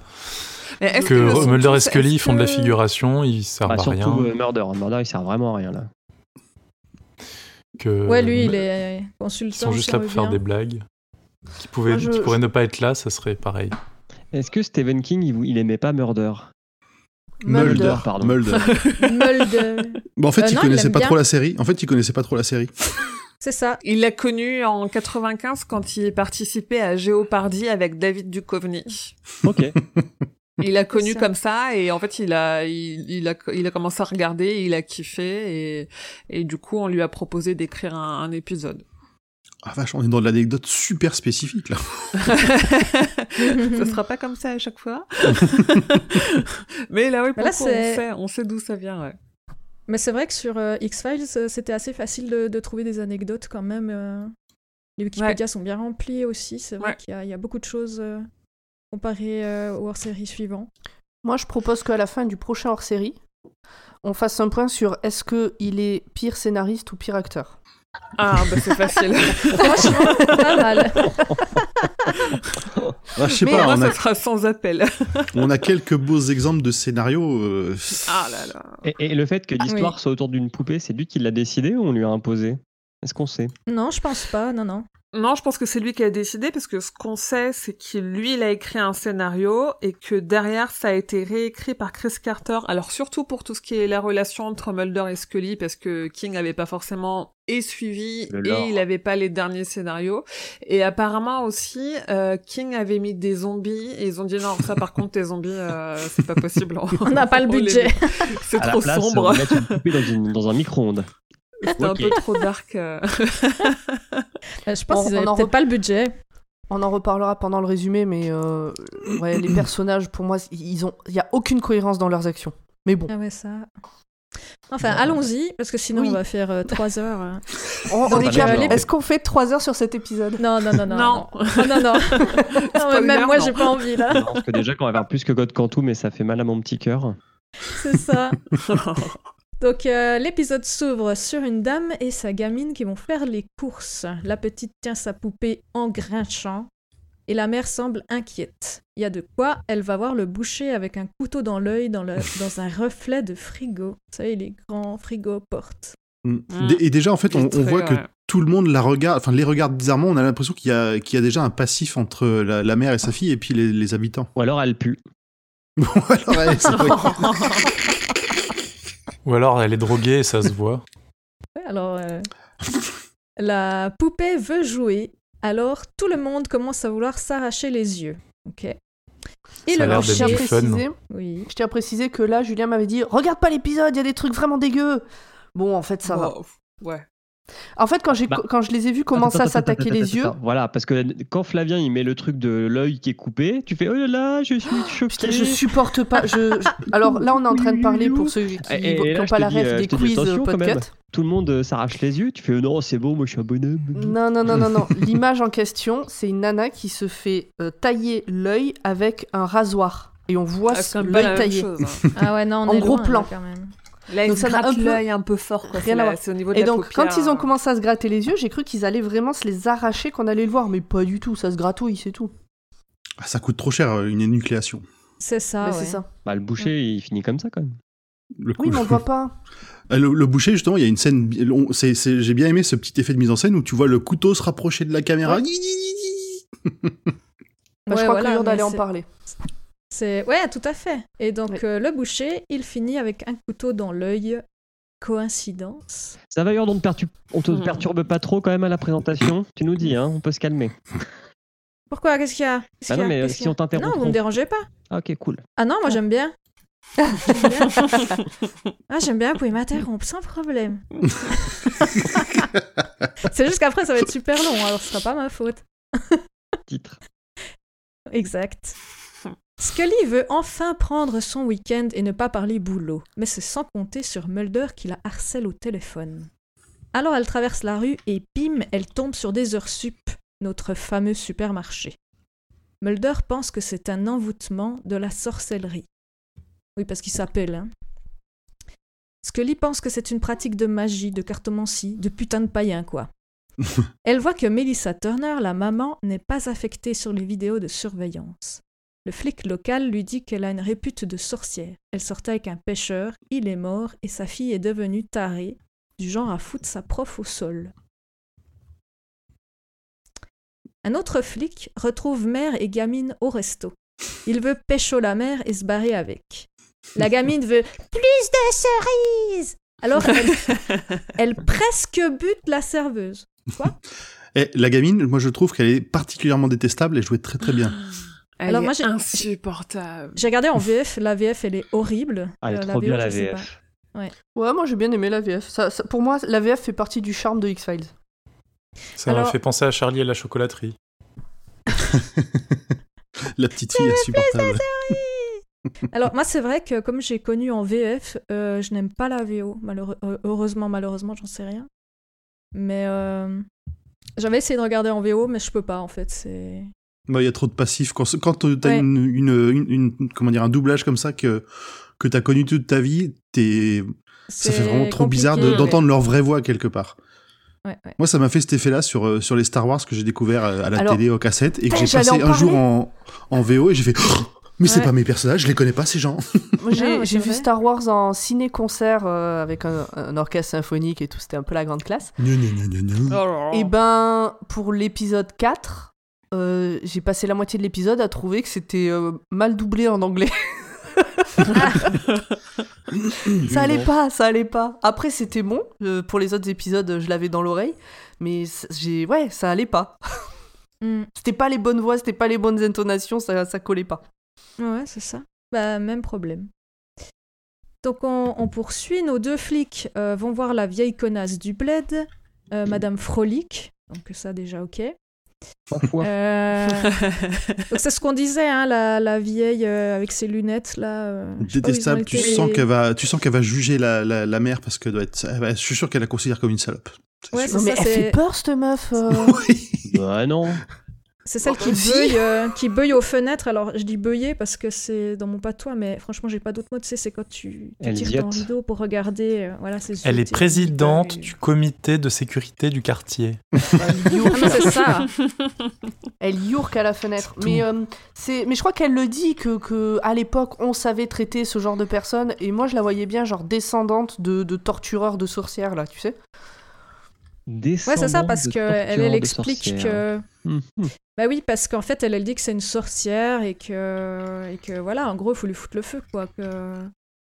Mais est-ce
Que
le son-
Mulder et
est-ce
Scully font de la
que-
figuration, ils servent
Bah,
à
surtout
rien.
euh, Murder. Murder, il sert vraiment à rien là.
Que
Ouais, lui, il est consultant.
Euh, Ils sont juste là pour faire
chirurgien.
des blagues. Qui, pouvaient,
Moi, je-
qui pourraient ne pas être là, ça serait pareil.
Est-ce que Stephen King, il, vou- il aimait pas Murder Mulder, pardon.
(laughs) Mulder.
Mulder.
Bon, en fait,
Euh, non,
il
il
connaissait
aime
pas
bien.
trop la série. En fait, il connaissait pas trop la série.
C'est ça.
Il l'a connu en 95 quand il participait à Géopardy avec David
(laughs)
Duchovny. (laughs)
Ok.
Il l'a connu
ça.
comme ça et en fait il a il, il a il a commencé à regarder, et il a kiffé et et du coup on lui a proposé d'écrire un, un (laughs) épisode.
Ah vache, on est dans de l'anecdote super spécifique là.
Ce sera pas comme ça à chaque
(laughs)
fois. Mais là oui
Mais
pour
là,
le coup, on
c'est-
sait on sait d'où ça vient. Ouais.
Mais c'est vrai que sur euh, X-Files, euh, c'était assez facile de, de trouver des anecdotes quand même. euh. Les Wikipédia sont bien remplis aussi. C'est vrai
Ouais.
qu'il y a- il y, a beaucoup de choses euh, comparées euh, aux hors-séries suivantes.
Moi, je propose qu'à la fin du prochain hors-série, on fasse un point sur est-ce que il est pire scénariste ou pire acteur.
Ah bah c'est facile.
Franchement, pas mal.
Ah, je sais
Mais
pas,
Moi,
on
ça
a,
sera sans appel.
on a quelques beaux exemples de scénarios. euh,
Ah là là.
Et, et le fait que
Ah,
l'histoire
oui.
soit autour d'une poupée, c'est lui qui l'a décidé ou on lui a imposé Est-ce qu'on sait
Non, je pense pas. Non, non.
Non, je pense que c'est lui qui a décidé parce que ce qu'on sait, c'est que lui, il a écrit un scénario et que derrière, ça a été réécrit par Chris Carter. Alors surtout pour tout ce qui est la relation entre Mulder et Scully, parce que King n'avait pas forcément et suivi
Le lore.
et il n'avait pas les derniers scénarios. Et apparemment aussi, euh, King avait mis des zombies et ils ont dit non, ça par contre, tes zombies, euh, c'est pas possible.
(laughs) On n'a pas le
les
budget.
met. C'est
À la
trop
place,
sombre.
on va mettre une poupée dans, une- dans un micro-ondes.
C'est un
Ok.
peu trop dark. euh.
Euh, Je
On-
pense qu'ils
on
avaient
en
peut-être
re-
pas le budget.
On en reparlera pendant le résumé, mais euh, ouais, les personnages, pour moi, ils ont, il y a aucune cohérence dans leurs actions. Mais bon,
Ah ouais, ça. Enfin, allons-y, parce que sinon
Oui.
on va faire 3 heures. hein.
on, on
Donc,
est
euh,
capable-
les-
Est-ce qu'on fait 3 heures sur cet épisode
Non, non, non, non.
Non.
non, non. non. Non, mais
Spoiler,
même moi,
non.
j'ai pas envie, là.
Non, Parce que déjà, quand on va faire plus que God Cantu, mais ça fait mal à mon petit cœur.
C'est ça.
(laughs)
Donc euh, l'épisode s'ouvre sur une dame et sa gamine qui vont faire les courses. La petite tient sa poupée en grinchant. et la mère semble inquiète. Il y a de quoi, elle va voir le boucher avec un couteau dans l'œil dans,
(laughs)
le- dans un reflet de frigo. Vous savez, les grands frigos portes.
Mm.
Ah.
D- Et déjà, en fait, on,
Vitreux,
on voit que
ouais.
tout le monde la regarde, enfin, les regarde bizarrement. On a l'impression qu'il y, a- qu'il y a déjà un passif entre la, la mère et sa fille et puis les, les habitants. (laughs)
Ou alors elle pue.
Bon, alors, ouais, c'est vrai.
Ou alors elle est droguée et ça se voit.
Ouais, alors, euh, la poupée veut jouer, alors tout le monde commence à vouloir s'arracher les yeux. Ok. Et
Ça
le
a l'air
Alors,
d'être
je
boucher,
tiens à
du fun.
préciser,
oui,
je tiens à préciser que là, Julien m'avait dit Regarde pas l'épisode, il y a des trucs vraiment dégueux. Bon, en fait, ça va.
Oh, ouais.
En fait, quand, j'ai
Bah.
quand je les ai vus commencer
Attends,
à
attends, attends,
s'attaquer
attends,
les yeux,
attends. Voilà, parce que quand Flavien il met le truc de l'œil qui est coupé, tu fais oh là là, je
Ah,
suis
Putain,
choqué.
je supporte pas. Je,
(laughs)
je- Alors là, on est en train de parler pour ceux qui
Et- et là,
n'ont
je
pas
te
la
dis,
rêve
euh,
des
je te dis
quiz
attention, quand même.
podcast.
Tout le monde euh, s'arrache les yeux, tu fais non, c'est bon, moi je suis un
Mm.
bonhomme.
Non, non, non, non,
(laughs)
non. L'image en question, c'est une nana qui se fait euh, tailler l'œil avec un rasoir. Et on voit
Ah,
ce-
c'est un peu la
l'œil
même
taillé.
chose, hein.
Ah ouais, non, on
En
est
gros
loin,
plan.
là, quand même.
Là,
Donc,
ils
ça n'a un
grattent
peu
l'œil un peu fort, quoi.
rien
C'est
à
la-
voir.
C'est au niveau de
Et
la
donc,
paupière. hein.
quand ils ont commencé à se gratter les yeux, j'ai cru qu'ils allaient vraiment se les arracher, qu'on allait le voir. Mais pas du tout, ça se gratouille, c'est tout.
Ah, ça coûte trop cher euh, une énucléation.
C'est ça,
Ah
Mais
ouais.
c'est ça.
Bah, le
Mm.
boucher il finit comme ça quand même.
Le, coup-
Oui, mais on voit pas.
Ah, le, le boucher, justement, il y a une scène. bi- on- c'est- c'est- J'ai bien aimé ce petit effet de mise en scène où tu vois le couteau se rapprocher de la caméra. Gni, gni, gni, gni.
Bah, je
Ouais,
crois
voilà,
que l'heure
mais
d'aller en
c'est-
parler.
C'est ouais, tout à fait. Et donc
Oui.
euh, le boucher, il finit avec un couteau dans l'œil. Coïncidence.
Ça va, Urde, on ne perturbe, on te
Mm.
Hmm.
perturbe pas trop quand même à la présentation. Tu nous dis, hein, on peut se calmer.
Pourquoi Qu'est-ce qu'il y a Qu'est-ce
Bah
qu'il
non,
y a
mais
Qu'est-ce qu'il
si
y a
on t'interrompt.
Non, vous me dérangez pas.
Ah, ok, cool.
Ah non, moi j'aime (laughs) bien. J'aime
(laughs)
bien. ah j'aime bien. Vous pouvez m'interrompre sans problème. (laughs) C'est juste qu'après ça va être super long, hein, alors ce sera pas ma faute.
Titre.
Exact. Scully veut enfin prendre son week-end et ne pas parler boulot, mais c'est sans compter sur Mulder qui la harcèle au téléphone. Alors elle traverse la rue et bim, elle tombe sur des heures sup, notre fameux supermarché. Mulder pense que c'est un envoûtement de la sorcellerie. Oui, parce qu'il s'appelle, hein. Scully pense que c'est une pratique de magie, de cartomancie, de putain de païen, quoi. Elle voit que Melissa Turner, la maman, n'est pas affectée sur les vidéos de surveillance. Le flic local lui dit qu'elle a une répute de sorcière. Elle sortait avec un pêcheur, il est mort et sa fille est devenue tarée, du genre à foutre sa prof au sol. Un autre flic retrouve mère et gamine au resto. Il veut pécho la mère et se barrer avec. La gamine veut plus de cerises Alors elle, elle presque bute la serveuse.
Eh, la gamine, moi je trouve qu'elle est particulièrement détestable et jouée très très bien.
Elle
Alors,
est
moi, j'ai-
insupportable.
J'ai regardé en VF, la VF elle est horrible.
Ah, Elle est
Euh,
trop bien
VO,
la
je sais
VF.
Ouais, moi j'ai bien aimé la VF. Ça- ça- pour moi, la VF fait partie du charme de X-Files.
Ça m'a
Alors-
fait penser à Charlie et la chocolaterie.
La petite fille insupportable.
pas. Alors moi c'est vrai que comme j'ai connu en VF, euh, je n'aime pas la VO. malheureux- euh, heureusement, malheureusement, j'en sais rien. Mais euh, j'avais essayé de regarder en VO, mais je peux pas en fait. C'est
Bah, Il y a trop de passifs. Quand, quand t'as
Ouais.
une, une- une- une- comment dire, un doublage comme ça que, que t'as connu toute ta vie, t'es-
c'est
ça fait vraiment trop bizarre de-
compliqué,
d'entendre leur vraie voix quelque part.
ouais. Ouais, ouais.
Moi, ça m'a fait cet effet-là sur, euh, sur les Star Wars que j'ai découvert euh, à la
Alors,
télé aux cassettes et que
putain,
j'ai
j'allais
passé
en
un jour en, en VO et j'ai fait oh, Mais c'est
Ouais.
pas mes personnages, je les connais pas ces gens.
Moi, j'ai
Ah ouais,
j'ai
c'est
vu
vrai.
Star Wars en ciné-concert euh, avec un, un orchestre symphonique et tout, c'était un peu la grande classe.
Gna, gna, gna, gna, gna.
Oh,
Et ben, pour l'épisode 4, euh, j'ai passé la moitié de l'épisode à trouver que c'était euh, mal doublé en (laughs) anglais. ça allait pas, ça allait pas. Après, c'était bon. euh, pour les autres épisodes, je l'avais dans l'oreille. Mais c- j'ai. Ouais, ça allait pas.
Mm.
C'était pas les bonnes voix, c'était pas les bonnes intonations, ça, ça collait pas.
Ouais, c'est ça. Bah, même problème. Donc on, on poursuit, nos deux flics euh, vont voir la vieille connasse du bled, euh, Madame Frolic, donc ça déjà ok. (laughs)
Parfois.
(laughs)
Euh, Donc c'est ce qu'on disait, hein, la, la vieille euh, avec ses lunettes là. euh, je sais pas où ils ont
Détestable, tu
été, les-
sens qu'elle va, tu sens qu'elle va juger la, la, la mère parce que doit être, elle va- je suis sûr qu'elle
(laughs)
la considère comme une salope. C'est
Ouais,
sûr.
Non,
C'est
mais
ça,
(laughs) elle
c'est-
fait peur, cette meuf. euh.
Bah non.
C'est celle qui
Oh, Si.
beuille, euh, qui beuille aux fenêtres. Alors, je dis beuiller parce que c'est dans mon patois, mais franchement, j'ai pas d'autre mot. Tu sais, c'est quand tu, tu
Elle
tires
ziote.
dans le rideau pour regarder. euh, voilà, c'est
Elle est
zioté.
présidente
Ouais.
du comité de sécurité du quartier.
Ah non, c'est ça.
(laughs) Elle yourque à la fenêtre.
C'est
Mais,
tout.
euh, c'est- mais je crois qu'elle le dit que, que à l'époque, on savait traiter ce genre de personnes. Et moi, je la voyais bien, genre descendante de, de tortureurs, de sorcières, là, tu sais.
Ouais, c'est ça, parce que elle, elle explique que. Bah oui, parce qu'en fait, elle, elle dit que c'est une sorcière et que, et que voilà, en gros, il faut lui foutre le feu, quoi. Que...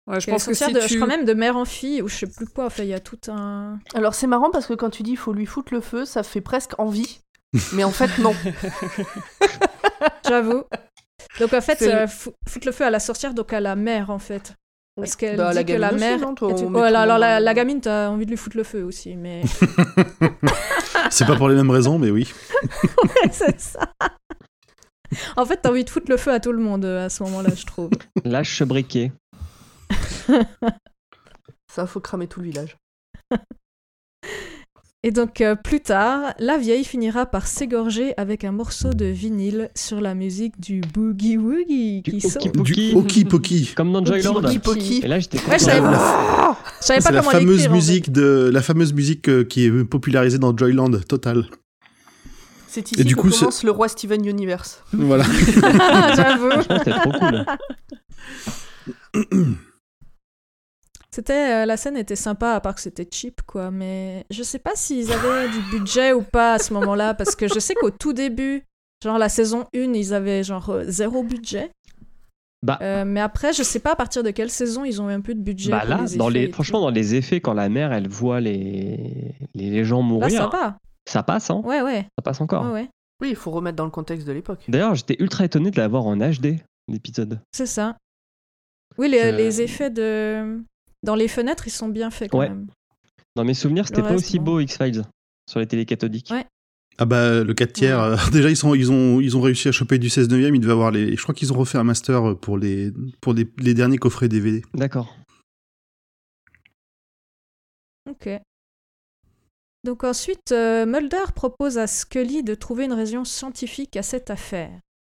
Ouais, je
qu'elle est
pense que si
sorcière de-
tu...
Je crois même de mère en fille, ou je sais plus quoi. Enfin, il y a tout un.
Alors, c'est marrant parce que quand tu dis il faut lui foutre le feu, ça fait presque (laughs) envie. Mais en fait, non.
(laughs)
J'avoue. Donc en fait,
C'est-
euh, fou- foutre le feu à la sorcière, donc à la mère en fait. Parce qu'elle
Bah,
dit
la
que la
gamine
mère.
aussi, non, toi,
est-
on
Oh,
met tout le
alors
monde
la,
en-
la gamine, t'as envie de lui foutre le feu aussi,
(laughs)
mais (laughs)
C'est pas pour les mêmes raisons, mais oui.
c'est ça. en fait, t'as envie de foutre le feu à tout le monde euh, à ce moment-là, je trouve.
Lâche ce briquet.
Ça, faut cramer tout le village.
Et donc euh, plus tard, la vieille finira par s'égorger avec un morceau de vinyle sur la musique du boogie woogie
Du
qui sort.
Hokey Pokey,
Du Oki Poki.
comme dans Joyland.
Hokey
Poki.
Et là, j'étais
Ouais, je savais
content.
pas, je savais pas
C'est la
comment l'écrire.
fameuse
en fait.
musique de la fameuse musique euh, qui est popularisée dans Joyland total.
C'est ici
du
que
coup, ce-
commence le roi Steven Universe. (laughs)
Voilà.
Ah, (laughs) J'avoue.
Franchement, c'était trop cool.
C'était euh, la scène était sympa à part que c'était cheap quoi, mais je sais pas s'ils avaient du budget ou pas à ce moment-là parce que je sais qu'au tout début, genre la saison 1, ils avaient genre euh, zéro budget.
Bah.
Euh, mais après, je sais pas à partir de quelle saison ils ont eu un peu de budget.
Bah
pour
là, dans
effets
les,
et
franchement, dans les effets, quand la mère, elle voit les, les, les gens
tout. Là,
mourir,
sympa.
ça passe, hein
Ouais, ouais,
Ça passe encore.
Bah, ouais, ouais.
Oui, il faut remettre dans le contexte de l'époque.
D'ailleurs, j'étais ultra étonné de l'avoir en HD, l'épisode.
c'est ça. Oui, les,
Je-
les effets de dans les fenêtres, ils sont bien faits quand
Ouais.
même.
Dans mes souvenirs, c'était
Le
pas
reste,
aussi
non.
beau X-Files sur les télés cathodiques.
Ouais.
Ah bah le 4 tiers. euh, (laughs) déjà ils sont ils ont ils ont réussi à choper du 16 neuvième. Ils devaient avoir les. Je crois qu'ils ont refait un master euh, pour les pour les, les derniers coffrets DVD.
D'accord.
Ok. Donc ensuite, euh, Mulder propose à Scully de trouver une raison scientifique à cette affaire,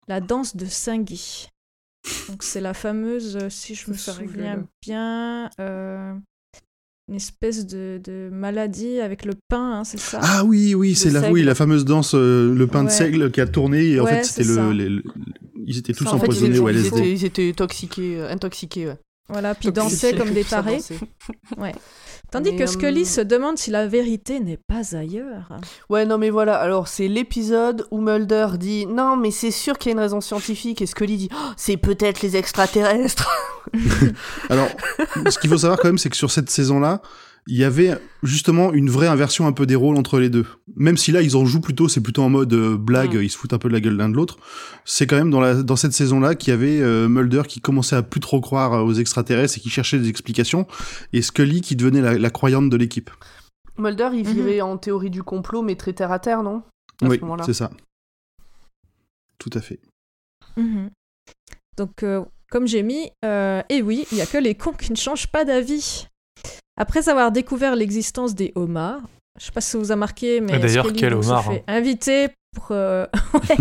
la danse de Singhi. Donc c'est la fameuse, euh, si je me
Ça, c'est
souviens
rigolo.
bien, euh, une espèce de, de maladie avec le pain, hein, c'est ça
Ah oui oui c'est la
seigle.
oui la fameuse danse euh, le pain de
Ouais.
seigle qui a tourné et en
Ouais,
fait c'était
c'est ça.
le, les- le- ils étaient tous
Ça, en fait,
empoisonnés
ils,
au
étaient, ils
LSD.
étaient- ils étaient toxiqués, euh, intoxiqués. Ouais.
Voilà, puis
Toxifié,
danser comme des
Tout ça
tarés.
dansait.
Tandis
Mais,
que
euh,
Scully se demande si la vérité n'est pas ailleurs.
Ouais, non, mais voilà. Alors, c'est l'épisode où Mulder dit Non, mais c'est sûr qu'il y a une raison scientifique. Et Scully dit Oh, C'est peut-être les
(laughs)
extraterrestres. (laughs)
Alors, ce qu'il faut savoir quand même, c'est que sur cette saison-là, il y avait justement une vraie inversion un peu des rôles entre les deux. Même si là, ils en jouent plutôt, c'est plutôt en mode euh, blague,
Mm.
ils se foutent un peu de la gueule l'un de l'autre. C'est quand même dans, la, dans cette saison-là qu'il y avait euh, Mulder qui commençait à plus trop croire euh, aux extraterrestres et qui cherchait des explications, et Scully qui devenait la, la croyante de l'équipe.
Mulder, il
Mhm.
vivait en théorie du complot, mais très terre à terre, non À
Oui,
ce moment-là.
c'est ça. Tout à fait.
Mhm. Donc, euh, comme j'ai mis, euh, eh oui, il n'y a que les cons qui ne changent pas d'avis. Après avoir découvert l'existence des homards, je sais pas si ça vous a marqué, mais
Et Ah, d'ailleurs,
Scully,
quel
donc, se
homard, hein.
fait inviter pour, euh, (laughs)
(laughs)
ouais,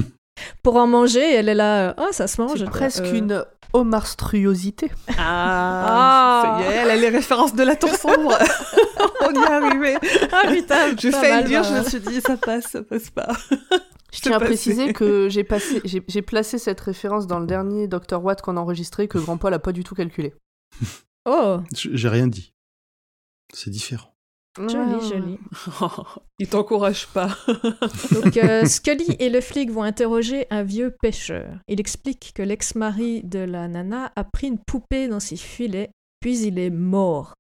pour en manger, et elle est là, euh, oh ça se mange.
C'est
euh,
presque
euh,
une homarstruosité.
Ah,
Ah.
Ça y est, elle a les références de la tour sombre. (laughs) On y est arrivé.
(laughs) Ah putain,
(laughs)
J'ai
pas
failli
mal, hein. pas
le dire, je me
mal.
suis dit, ça passe, ça passe pas.
Je
Je
tiens à
t'ai passé.
préciser
(laughs)
que j'ai passé, j'ai j'ai placé cette référence dans le dernier Dr. Watt qu'on a enregistré que Grand Paul a pas du tout calculé.
Oh,
J- J'ai rien dit. C'est différent.
Ouais.
joli, joli.
Il t'encourage pas.
Donc euh, (laughs) Scully et le flic vont interroger un vieux pêcheur. Il explique que l'ex-mari de la nana a pris une poupée dans ses filets, puis il est mort.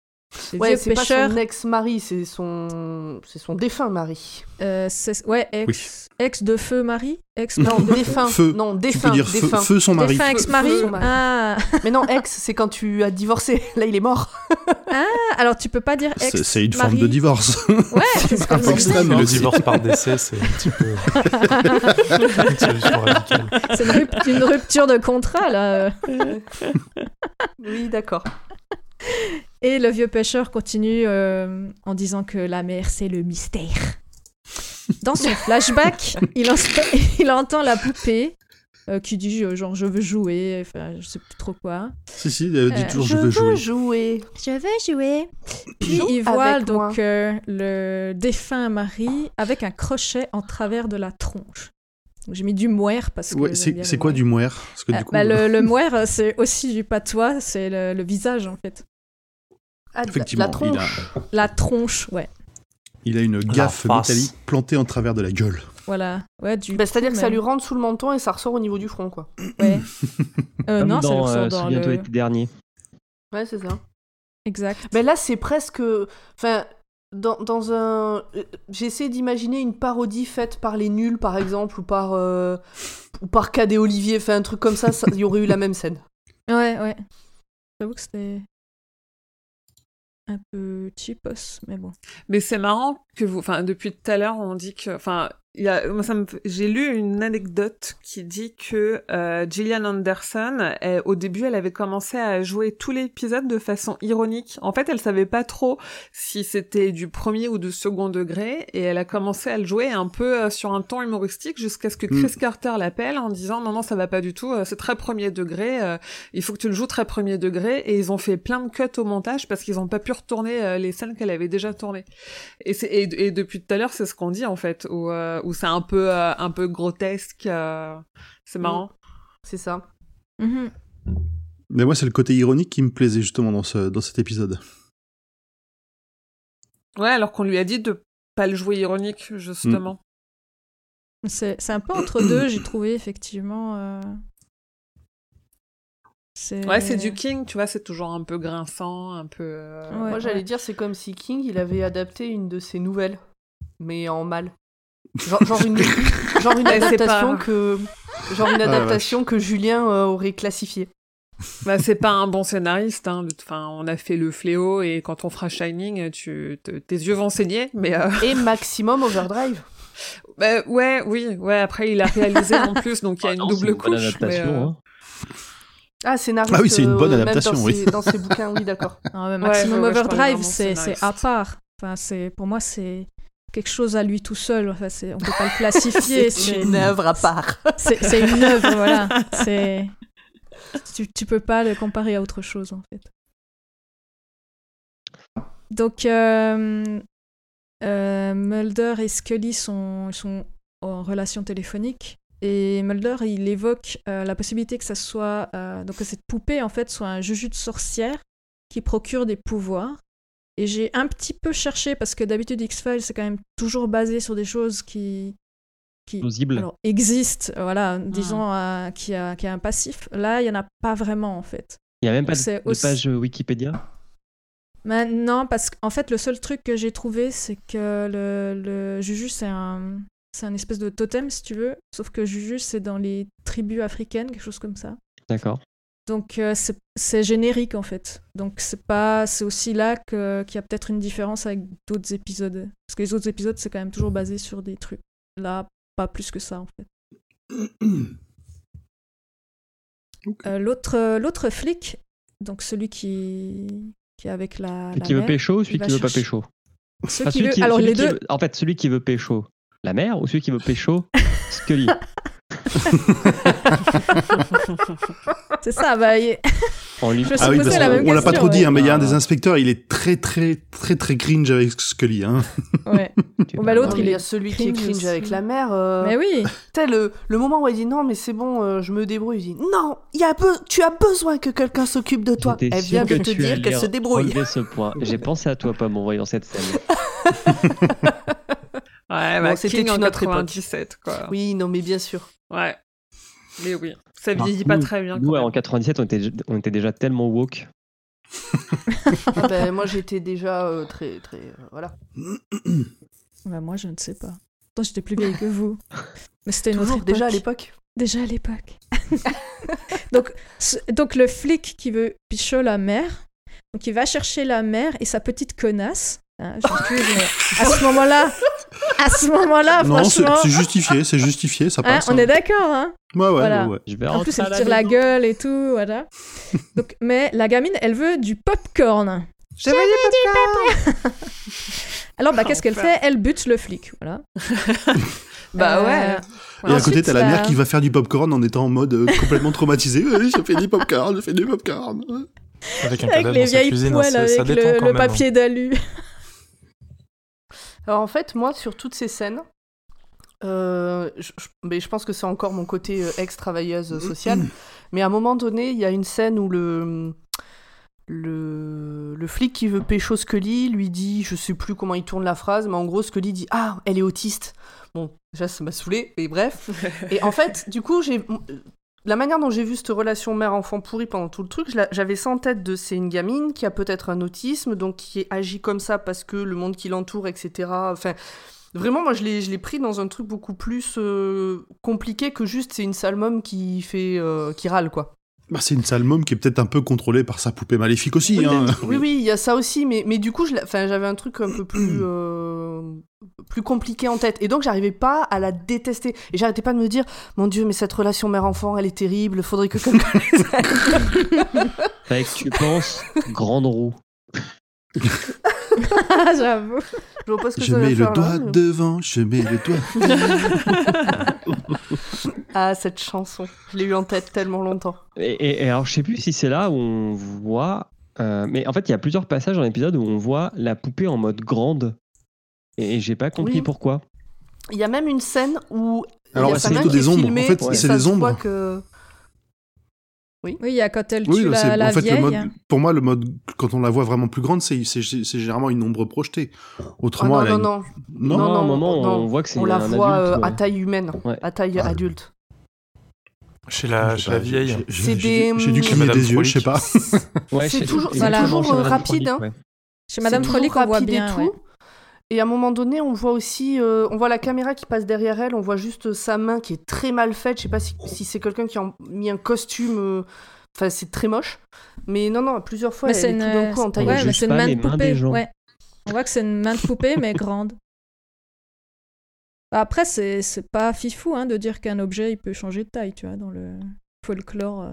Le
Ouais,
vieux
c'est pas
pêcheur,
son ex-mari, c'est son, c'est son défunt
(laughs)
mari.
euh, c'est- ouais, ex, ex de feu mari, ex
Non, défunt.
Feu.
Non,
Tu peux
défunt.
dire feu,
défunt.
feu son mari.
défunt ex mari.
Feu son mari.
Ah, (laughs)
Mais non, ex, c'est quand tu as divorcé. (laughs) Là, il est mort.
alors tu peux pas dire ex.
C'est c'est une forme de
mari.
divorce. (laughs)
Ouais, c'est ce que
Un
je me disais.
extrême,
le
aussi.
divorce par décès, c'est un petit (laughs) peu une solution radicale.
C'est une, rupt- une rupture de contrat là.
oui, d'accord.
Et le vieux pêcheur continue euh, en disant que la mer, c'est le mystère. Dans son flashback, il, en- (laughs) il entend la poupée euh, qui dit euh, genre je veux jouer, enfin je sais plus trop quoi.
Si, si, elle dit
Euh,
toujours je veux jouer.
jouer.
Je veux jouer. Puis
Joue
il voit
avec moi.
donc euh, le défunt mari avec un crochet en travers de la tronche. Donc, J'ai mis du moire parce que.
Ouais,
j'aime
c'est
bien
c'est
le
quoi
moire.
du moire Parce que
Euh,
du coup,
bah,
euh, (laughs)
le, le moire, euh, c'est aussi du patois, c'est le, le visage en fait.
Ah, de la-
effectivement,
la
il,
tronche.
a,
La tronche, ouais.
il a une gaffe
face.
métallique plantée en travers de la gueule.
Voilà. Ouais, du.
Bah, C'est-à-dire que ça
même.
lui rentre sous le menton et ça ressort au niveau du front, quoi.
(laughs)
Ouais. Euh,
Comme
non, ça lui
dans,
ressort
euh,
dans
Souviens-toi
le-
l'été dernier.
Ouais, c'est ça.
Exact.
Mais là, c'est presque. Enfin, dans, dans un. euh, J'essaie d'imaginer une parodie faite par les nuls, par exemple, ou par. euh, Ou par Cadet Olivier, enfin, un truc comme ça, ça- il y aurait eu la même scène.
Ouais, ouais. J'avoue que c'était un peu cheapos, mais bon.
Mais c'est marrant que vous, enfin, depuis tout à l'heure, on dit que, enfin, il y a, moi, ça me, fait- j'ai lu une anecdote qui dit que euh, Gillian Anderson, elle- au début, elle avait commencé à jouer tout l'épisode de façon ironique. En fait, elle savait pas trop si c'était du premier ou du second degré, et elle a commencé à le jouer un peu euh, sur un ton humoristique jusqu'à ce que
Mm.
Chris Carter l'appelle en disant non non ça va pas du tout, euh, c'est très premier degré, euh, il faut que tu le joues très premier degré, et ils ont fait plein de cuts au montage parce qu'ils n'ont pas pu retourner euh, les scènes qu'elle avait déjà tournées. Et, c'est- et, et depuis tout à l'heure, c'est ce qu'on dit en fait, où, euh, où c'est un peu euh, un peu grotesque. euh, c'est marrant.
C'est ça.
Mhm.
Mais moi, c'est le côté ironique qui me plaisait justement dans, ce, dans cet épisode.
Ouais, alors qu'on lui a dit de pas le jouer ironique justement.
C'est c'est un peu entre
(coughs)
deux, j'ai trouvé, effectivement. euh, C'est...
Ouais, c'est du King, tu vois, c'est toujours un peu grinçant, un peu. euh,
Ouais,
Moi, j'allais
ouais.
dire, c'est comme si King, il avait adapté une de ses nouvelles, mais en mal. Genre, genre
(laughs)
une, genre une
Ouais, c'est
adaptation
pas-
que. Genre une
la vache.
adaptation que Julien euh, aurait classifiée.
Bah, c'est pas un bon scénariste. Hein. de- Enfin, on a fait le fléau et quand on fera Shining, tu, te- tes yeux vont saigner. Mais euh,
Et maximum overdrive.
bah, ouais, oui, ouais. Après, il a réalisé en plus, donc il y a
Ah
une
non, c'est
double couche.
bonne
mais,
adaptation,
euh,
hein.
Ah, scénariste.
Ah oui, c'est une bonne
même
adaptation,
dans
oui.
ses- dans ses bouquins, oui, d'accord.
(laughs) Non, mais
Ouais,
Ah, Maximum
ouais, ouais, je parlais
Overdrive,
vraiment
c'est
scénariste.
c'est à part. Enfin, c'est- pour moi, c'est quelque chose à lui tout seul. Enfin, c'est- on peut pas
(laughs)
le classifier. c'est-
œuvre à part.
C'est c'est une œuvre, voilà. C'est tu, tu peux pas le comparer à autre chose en fait. Donc euh, euh, Mulder et Scully sont, sont en relation téléphonique et Mulder il évoque euh, la possibilité que ça soit euh, donc que cette poupée en fait soit un juju de sorcière qui procure des pouvoirs. Et j'ai un petit peu cherché parce que d'habitude X-Files c'est quand même toujours basé sur des choses qui qui,
Plausible.
alors, existe, euh, voilà, disons, euh, qui, a, qui a un passif. Là, il n'y en a pas vraiment, en fait.
Il n'y a même pas de,
c'est
de
aussi-
page euh, Wikipédia.
Maintenant, parce qu'en fait, le seul truc que j'ai trouvé, c'est que le, le Juju, c'est un, c'est un espèce de totem, si tu veux. Sauf que Juju, c'est dans les tribus africaines, quelque chose comme ça.
D'accord.
Donc, euh, c'est- c'est générique, en fait. Donc, c'est pas c'est aussi là que- qu'il y a peut-être une différence avec d'autres épisodes. Parce que les autres épisodes, c'est quand même toujours basé sur des trucs. Là, pas plus que ça, en fait. Euh, l'autre, euh, l'autre flic, donc celui qui, qui est avec la.
Celui
Ah, la
qui veut
mère,
pécho ou celui
il va
qui veut pas
chercher-
pécho
ceux
Enfin,
qui
celui
veut-
qui-
Alors
celui
les
qui
deux.
veut- En fait, celui qui veut pécho la mère ou celui qui veut pécho Scully
(laughs) C'est ça,
(laughs)
bah, il-
en lui...
Je sais
Ah oui,
posé
parce
la même
qu'on on l'a pas
question,
trop dit,
ouais.
hein, mais il y a un
Ah.
des inspecteurs, il est très très très très cringe avec Scully. Hein.
ouais.
Tu
Bon,
vas
bah,
voir.
l'autre,
il
il
y
est
a celui qui est
cringe
cringe
aussi.
avec la mère. euh,
(laughs) Mais oui,
t'sais, le, le moment où il dit non, mais c'est bon, euh, je me débrouille. Il dit non, il y a be- tu as besoin que quelqu'un s'occupe de toi.
J'étais
Elle
sûr
vient de
que
te
tu
dire
allais
qu'elle se débrouille.
relever
(laughs)
ce point. J'ai pensé à toi, Pam, en voyant cette scène.
Ouais,
Bon,
bah,
c'était
King en
une autre époque.
97, quoi.
Oui, non, mais bien sûr.
Ouais. Mais oui, ça
Enfin,
vieillit pas
nous-
très bien.
Nous,
quand même.
en 97, on était, on était déjà tellement woke.
Ah ben, moi, j'étais déjà euh, très, très. euh, voilà.
bah, moi je ne sais pas. Attends, j'étais plus vieille que vous. Mais c'était une
Toujours
autre
déjà à
époque.
l'époque.
Déjà à l'époque. (laughs) donc, ce- donc le flic qui veut pichot la mère, donc il va chercher la mère et sa petite connasse. hein, je m'excuse, mais à ce moment-là, à ce moment-là,
non, c'est
franchement,
c'est justifié, c'est justifié, ça
hein,
passe.
on
hein.
est d'accord, hein
Ouais, ouais,
Voilà.
ouais, ouais.
Je vais
En plus,
rentrer
elle
à
tire la
maison.
gueule et tout, voilà. Donc, mais la gamine, elle veut du popcorn. (laughs)
J'avais des
Alors, bah, qu'est-ce qu'elle
Enfer.
fait Elle bute le flic, voilà.
Bah
Euh,
ouais.
Et à
ensuite,
côté, t'as la
bah,
mère qui va faire du popcorn en étant en mode euh, complètement traumatisée. Oui, je fais du popcorn, je fais du popcorn.
Avec un
Avec
cadavre
les
dans sa
vieilles
cuisine, hein,
poêles,
ça- ça
avec
détend
le,
quand
le
même, hein.
papier d'alu. (laughs)
Alors en fait, moi, sur toutes ces scènes, euh, je, je- mais je pense que c'est encore mon côté euh, ex-travailleuse sociale, mais à un moment donné, il y a une scène où le, le, le flic qui veut pécho Scully lui dit, je sais plus comment il tourne la phrase, mais en gros, Scully dit, ah, elle est autiste. Bon, déjà, ça m'a saoulé, mais bref. Et en fait, du coup, j'ai... La manière dont j'ai vu cette relation mère-enfant pourrie pendant tout le truc, je la- j'avais ça en tête de c'est une gamine qui a peut-être un autisme, donc qui est- agit comme ça parce que le monde qui l'entoure, etc. Enfin, vraiment, moi, je l'ai je l'ai pris dans un truc beaucoup plus euh, compliqué que juste c'est une sale môme qui fait euh, qui râle quoi.
Bah, c'est une sale môme qui est peut-être un peu contrôlée par sa poupée maléfique aussi. hein.
Oui, oui, il y a ça aussi, mais, mais du coup, je l'a- enfin, j'avais un truc un peu plus, euh, plus compliqué en tête. Et donc, j'arrivais pas à la détester. Et j'arrêtais pas de me dire, mon Dieu, mais cette relation mère-enfant, elle est terrible, faudrait que quelqu'un les aide.
Fait que
(laughs)
tu penses grande roue.
Ah, J'avoue.
Je vois pas ce que
Je
ça va
mets le
faire, euh,
doigt
là, mais-
devant, je mets le
(laughs)
doigt.
Ah, cette chanson. Je l'ai eu en tête tellement longtemps.
Et, et- et alors, je sais plus si c'est là où on voit. euh, mais en fait, il y a plusieurs passages dans l'épisode où on voit la poupée en mode grande. Et j'ai pas compris
Oui.
pourquoi.
Il y a même une scène où. il y
Alors,
a
c'est
sa main
plutôt
qui
des
est
ombres.
filmée,
En fait,
et
c'est
ça
des
se voit
ombres.
que-
Oui, il y a quand elle tue
Oui, c'est
la, la
en fait
vieille.
le mode. Pour moi, le mode quand on la voit vraiment plus grande, c'est c'est- c'est généralement une ombre projetée.
Ah,
Autrement,
non,
elle
non,
a une-
non.
non.
à un
non,
moment,
non.
on voit que c'est
On la
un
voit euh,
adulte,
à
ouais.
taille humaine,
Ouais.
à taille
Ah.
adulte.
Chez la,
Je sais
chez
pas,
Ah, la vieille.
Bah, j'ai- j'ai-
C'est
j'ai-
des- hum,
J'ai dû
Chez
cligner
Madame
des yeux,
Frolik.
je sais pas.
Ouais,
c'est
chez-
toujours-
voilà.
exactement, chez Madame
rapide,
Frolik,
hein.
ouais.
Chez Madame
C'est
Frolic,
toujours
on voit
rapide
bien.
et tout.
ouais.
Et à un moment donné, on voit aussi, euh, on voit la caméra qui passe derrière elle, on voit juste sa main qui est très mal faite. Je sais pas si, si c'est quelqu'un qui a en- mis un costume. euh, Enfin, c'est très moche. Mais non, non, plusieurs fois,
Mais
elle
Bah, c'est
est
une, euh,
tout d'un coup en taille.
On
ouais,
juge
mais c'est une
pas
main
les
de
mains des
poupée.
gens.
ouais. On voit que c'est une main de poupée, mais grande. Bah, Après, c'est c'est pas fifou hein, de dire qu'un objet il peut changer de taille, tu vois, dans le folklore. euh.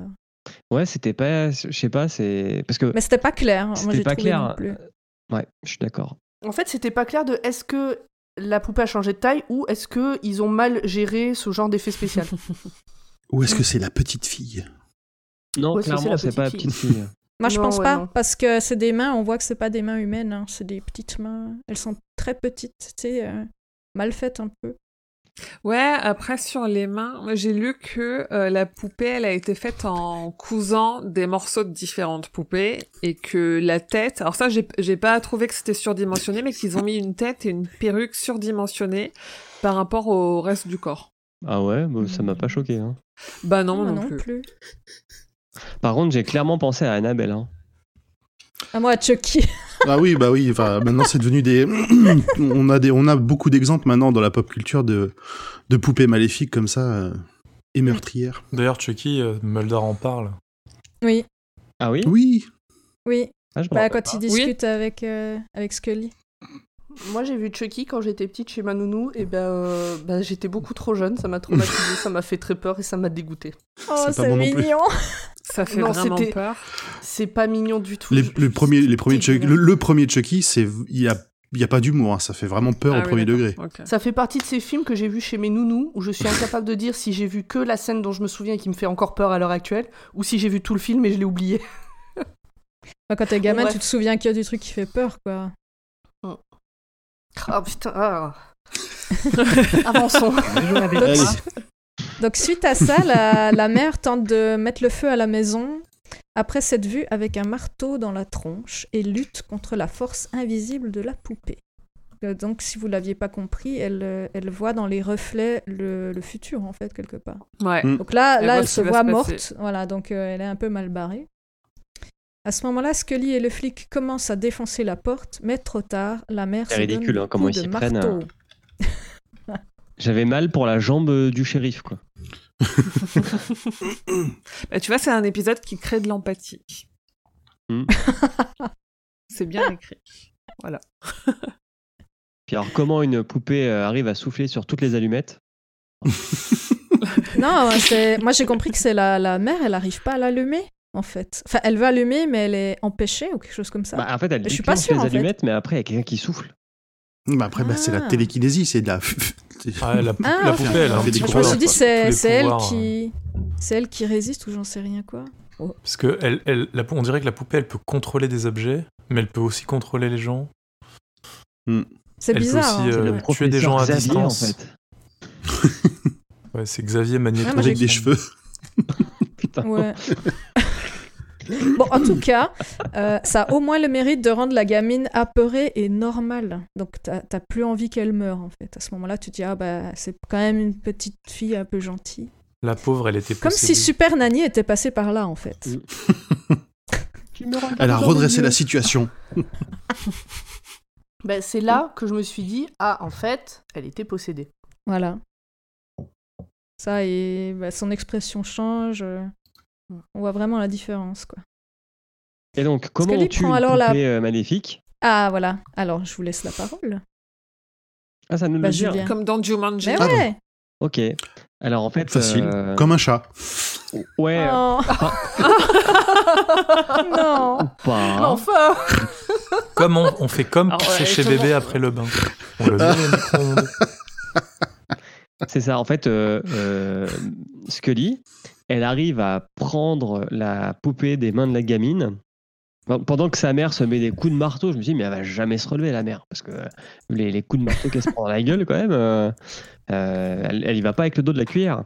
Ouais, c'était pas. Je sais pas, c'est. Parce que.
Mais c'était pas clair. Moi,
C'était
j'ai
pas
trouvé
clair.
non plus.
Ouais, je suis d'accord.
En fait, c'était pas clair de est-ce que la poupée a changé de taille ou est-ce que ils ont mal géré ce genre d'effet (laughs) spécial.
Ou est-ce que c'est la petite fille
Non,
Ouais, ça, c'est
clairement,
la
c'est pas la
petite
petite fille.
Moi, je
Non,
pense
ouais,
pas,
non.
parce que c'est des mains, on voit que c'est pas des mains humaines, hein, c'est des petites mains. Elles sont très petites, tu sais, euh, mal faites un peu.
Ouais, après sur les mains, moi, j'ai lu que euh, la poupée, elle a été faite en cousant des morceaux de différentes poupées et que la tête, alors ça j'ai j'ai pas trouvé que c'était surdimensionné, mais qu'ils ont mis une tête et une perruque surdimensionnée par rapport au reste du corps.
Ah ouais, bah, ça
Hmm.
m'a pas choqué. hein.
Bah non,
Moi
non, plus.
Par contre, j'ai clairement pensé à Annabelle. hein.
Ah, moi, Chucky. (laughs)
Ah oui, bah oui. Enfin, maintenant, c'est devenu des. (coughs) on a des, on a beaucoup d'exemples maintenant dans la pop culture de de poupées maléfiques comme ça euh, et meurtrières.
D'ailleurs, Chucky, euh, Mulder en parle.
oui,
Ah oui
Oui.
oui.
Ah, je m'en
Bah,
rappelle
quand il discute avec, euh, avec Scully.
Moi, j'ai vu Chucky quand j'étais petite chez ma nounou et ben, euh, ben, j'étais beaucoup trop jeune, ça m'a traumatisée, ça m'a fait très peur et ça m'a dégoûtée.
Oh,
pas
c'est
moi non plus.
mignon.
Ça fait
Non,
vraiment
c'était-
peur.
C'est pas mignon du tout.
Les,
Je-
les premiers, les premiers
c'était
Chucky- le, le premier Chucky, c'est il y a il y a pas d'humour. hein, ça fait vraiment peur
Ah
au
oui,
premier
d'accord, ok.
degré.
Ça fait partie de ces films que j'ai vus chez mes nounous, où je suis incapable de dire si j'ai vu que la scène dont je me souviens et qui me fait encore peur à l'heure actuelle, ou si j'ai vu tout le film et je l'ai oublié.
Bah, quand t'es gamin,
Bon, bref.
tu te souviens qu'il y a du truc qui fait peur, quoi.
Ah putain, ah. avançons.
Donc, donc, suite à ça, la, la mère tente de mettre le feu à la maison après cette vue avec un marteau dans la tronche et lutte contre la force invisible de la poupée. Euh, Donc, si vous l'aviez pas compris, elle, euh, elle voit dans les reflets le, le futur, en fait, quelque part.
(laughs) Ouais.
Mm.
Donc là,
Elle
là
voit
elle
ce
se
qui va
voit
se
morte,
passer.
voilà, donc euh, elle est un peu mal barrée. À ce moment-là, Scully et le flic commencent à défoncer la porte, mais trop tard, la mère
C'est
se donne
ridicule,
le
hein, comment
coup
ils
de
s'y prennent,
marteau.
hein. J'avais mal pour la jambe euh, du shérif, quoi.
(laughs) Bah, tu vois, c'est un épisode qui crée de l'empathie.
Mm.
(laughs)
Hmm.
c'est bien écrit.
Puis alors, comment une poupée euh, arrive à souffler sur toutes les allumettes
(laughs)
(laughs)
Non, c'est- moi j'ai compris que c'est la, la mère, elle n'arrive pas à l'allumer, en fait. Enfin, elle veut allumer, mais elle est empêchée ou quelque chose comme ça.
Bah, En fait, elle
Je suis pas
déclenche
sûre,
les
en fait.
allumettes, mais après, il y a quelqu'un qui souffle.
Bah après, bah, c'est la
Ah.
télékinésie, c'est de la. (laughs)
Ah, la, pou-
Ah,
la
ok.
poupée, elle a un
Fait des
petit peu
Je me
pouvoirs,
suis dit,
quoi, tous
c'est
les
c'est elle
pouvoirs, euh,
qui. C'est elle qui résiste ou j'en sais rien quoi.
Parce que elle, elle- la pou- on dirait que la poupée, elle peut contrôler des objets, mais elle peut aussi contrôler les gens.
C'est
Elle peut
bizarre.
aussi,
hein.
euh,
le
tuer
professeur
des gens à
Xavier,
distance.
en fait.
Ouais, c'est Xavier
Ah,
Magneto.
moi, j'ai-
avec des cheveux.
Putain.
Ouais. (laughs) bon, en tout cas, euh, ça a au moins le mérite de rendre la gamine apeurée et normale. Donc, t'as t'as plus envie qu'elle meure, en fait. À ce moment-là, tu te dis, ah bah, c'est quand même une petite fille un peu gentille.
la pauvre, elle était
Comme si
possédée.
Super Nanny était passée par là, en fait.
Mm.
Elle a redressé la situation.
Ben, c'est là que je me suis dit, ah, en fait, elle était possédée.
Voilà. Ça et bah, son expression change. euh, On voit vraiment la différence, quoi.
Et donc, comment
que lui
on tue
prend
une
alors la-
poupée euh, maléfique
Ah, voilà. Alors, je vous laisse la parole.
Ah, ça nous
Bah,
le dit.
Julien.
Comme dans Jumanji.
Mais
Ah bon.
ouais
Ok. Alors en fait,
Facile.
euh,
Comme un chat.
ouais,
Oh. (laughs) Non
ou pas.
Hein
Mais enfin
Comme on, on fait comme
Ah
pour
ouais,
sécher
comment-
bébé après le bain. On le met
Ah.
au micro-ondes.
C'est ça. En fait, euh, euh, Scully, elle arrive à prendre la poupée des mains de la gamine. Pen- Pendant que sa mère se met des coups de marteau, je me dis mais elle va jamais se relever la mère parce que euh, les, les coups de marteau qu'elle se prend dans la gueule quand même, euh, euh, elle, elle y va pas avec le dos de la cuillère.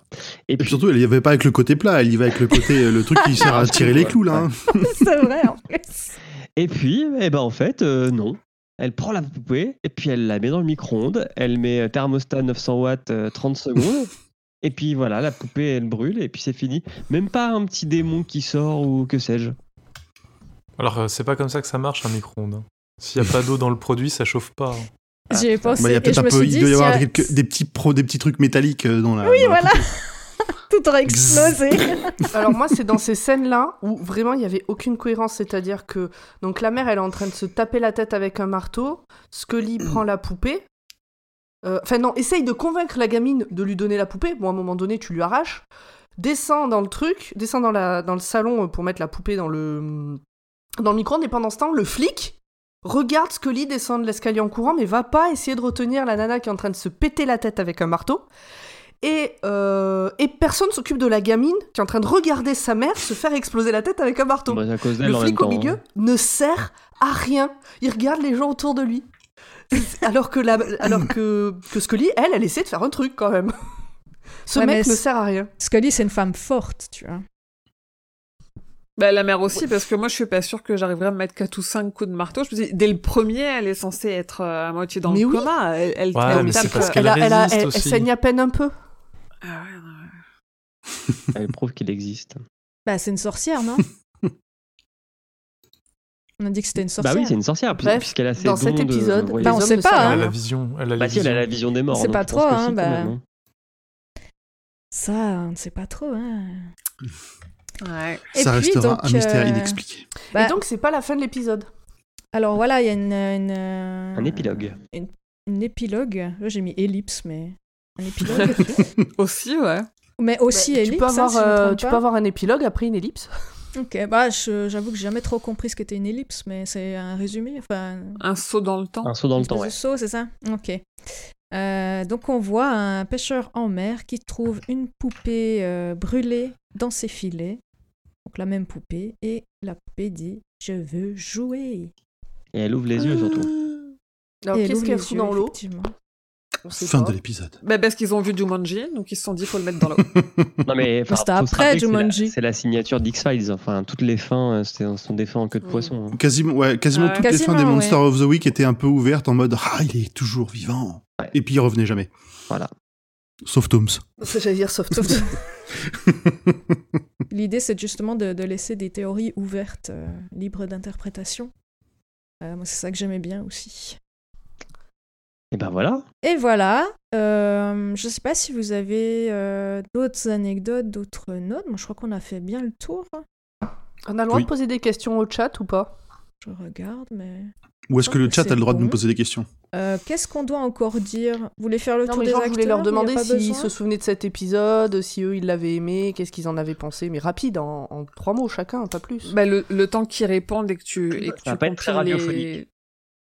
Et puis surtout, elle y avait pas avec le côté plat, elle y va avec le côté, euh, le truc qui
Ah,
sert à tirer les clous, là. hein.
(laughs) C'est vrai, en plus.
Et puis, eh ben en fait, euh, non. Elle prend la poupée et puis elle la met dans le micro-ondes. Elle met euh, thermostat 900 watts euh, 30 secondes. Et puis voilà, la poupée elle brûle et puis c'est fini. Même pas un petit démon qui sort ou que sais-je.
Alors, euh, c'est pas comme ça que ça marche un micro-ondes. hein. S'il n'y a pas d'eau dans le produit, ça chauffe pas. hein.
Ah,
J'y ai pensé.
Bah, il y a
et
peut-être
je
un
me
peu,
suis
il
dit,
doit y
si
avoir
elle-
quelques- des petits pro, des petits trucs métalliques euh, dans la.
Oui,
dans la
voilà.
poupée.
(laughs) Tout aurait explosé.
Alors moi, c'est dans ces scènes-là où vraiment il n'y avait aucune cohérence, c'est-à-dire que donc la mère, elle est en train de se taper la tête avec un marteau, Scully prend la poupée, Euh, enfin non, essaye de convaincre la gamine de lui donner la poupée, bon à un moment donné tu lui arraches, descend dans le truc, descend dans, la, dans le salon euh, pour mettre la poupée dans le, dans le micro-ondes, et pendant ce temps, le flic regarde Scully descendre l'escalier en courant, mais va pas essayer de retenir la nana qui est en train de se péter la tête avec un marteau. Et, euh, et personne s'occupe de la gamine qui est en train de regarder sa mère se faire exploser la tête avec un marteau.
Bah, c'est à cause d'elle
le
en même
flic au
temps.
milieu
hein.
ne sert à rien. Il regarde les gens autour de lui. Alors que, la, alors que, que Scully, elle, elle essaie de faire un truc quand même. Ce
Ouais, mais
mec ne
c'est-
sert à rien.
(laughs) Scully, c'est une femme forte, tu vois.
Bah, la mère aussi, parce que moi, je suis pas sûre que j'arriverai à me mettre 4 ou 5 coups de marteau. Je me dis, dès le premier, elle est censée être euh, à moitié dans
Mais
le
oui.
coma. Elle, elle,
Ouais,
elle
mais c'est
tape,
parce
euh,
qu'elle
elle, a- elle a-
résiste
elle- elle
aussi.
saigne à peine un peu.
ah ouais, non.
Elle prouve qu'il existe.
Bah, c'est une sorcière, non (laughs) On a dit que c'était une
Bah
sorcière.
oui, c'est une sorcière puis-
Bref,
puisqu'elle a ses
dans
dons
cet
de-
épisode,
voyez-
Bah, on
les
sait
hommes ne
pas,
servent à
Elle a
hein.
la
rien.
vision. Elle a la
Bah si,
vision.
elle a la vision des morts.
C'est
donc
pas
je pense
trop,
que
hein,
si, quand
bah.
même, hein.
Ça, on ne sait pas trop. Hein.
Ouais.
Et
Ça
puis,
restera
donc,
un mystère
euh,
inexpliqué.
Bah,
Et donc, c'est pas la fin de l'épisode.
Alors voilà, il y a une, une, euh,
Un épilogue.
une épilogue. Là, j'ai mis ellipse, mais un (laughs) épilogue.
Aussi, ouais.
mais aussi
Bah,
ellipse.
tu peux,
hein,
avoir,
si je me
euh,
trompe
tu
pas.
peux avoir un épilogue après une ellipse.
Ok, bah je- j'avoue que j'ai jamais trop compris ce qu'était une ellipse, mais c'est un résumé. Enfin,
Un saut dans le temps.
Un saut dans
une
le temps,
espèce
ouais.
de saut, c'est ça Ok. Euh, donc on voit un pêcheur en mer qui trouve une poupée euh, brûlée dans ses filets. Donc la même poupée. Et la poupée dit Je veux jouer.
Et elle ouvre les yeux surtout.
Mmh.
Alors,
Et elle
qu'est-ce
ouvre
qu'elle
les
fout
yeux,
dans
(laughs)
l'eau
effectivement.
On sait
Fin
pas.
de l'épisode.
Bah, parce qu'ils ont vu Jumanji, donc ils se sont dit, faut le mettre dans l'eau.
Non mais enfin,
c'était
faut se
Ah. après
rappeler que c'est la-
Jumanji.
C'est la signature d'X Files. Enfin, toutes les fins euh, c'est- sont des fins en queue de poisson. hein.
Quasiment, ouais, quasiment
Ouais.
toutes
Quasiment,
les fins des
ouais.
Monsters of the Week étaient un peu ouvertes en mode Ah, il est toujours vivant.
Ouais.
Et puis il revenait jamais.
Voilà.
Sauf Toms.
Ça, J'allais dire soft.
Sauf- L'idée, c'est justement de, de laisser des théories ouvertes, euh, libres d'interprétation. Euh, moi, c'est ça que j'aimais bien aussi.
Et ben voilà.
Et voilà. euh, je sais pas si vous avez euh, d'autres anecdotes, d'autres notes. Moi, je crois qu'on a fait bien le tour.
(laughs) On a le droit
Oui.
de poser des questions au chat ou pas
Je regarde, mais.
Ou est-ce que
Ah,
le chat a le droit de
C'est
nous
bon.
poser des questions
Euh, Qu'est-ce qu'on doit encore dire Vous voulez faire le
Non,
tour
mais
des
genre, je
acteurs
voulais leur
ou y a
demander
pas
s'ils
besoin
se souvenaient de cet épisode, si eux, ils l'avaient aimé, qu'est-ce qu'ils en avaient pensé, mais rapide, en, en trois mots chacun, pas plus.
Bah, le, le temps qu'ils répondent et que tu, et que
Ça va
tu
pas être très
compris les-
radiophonique.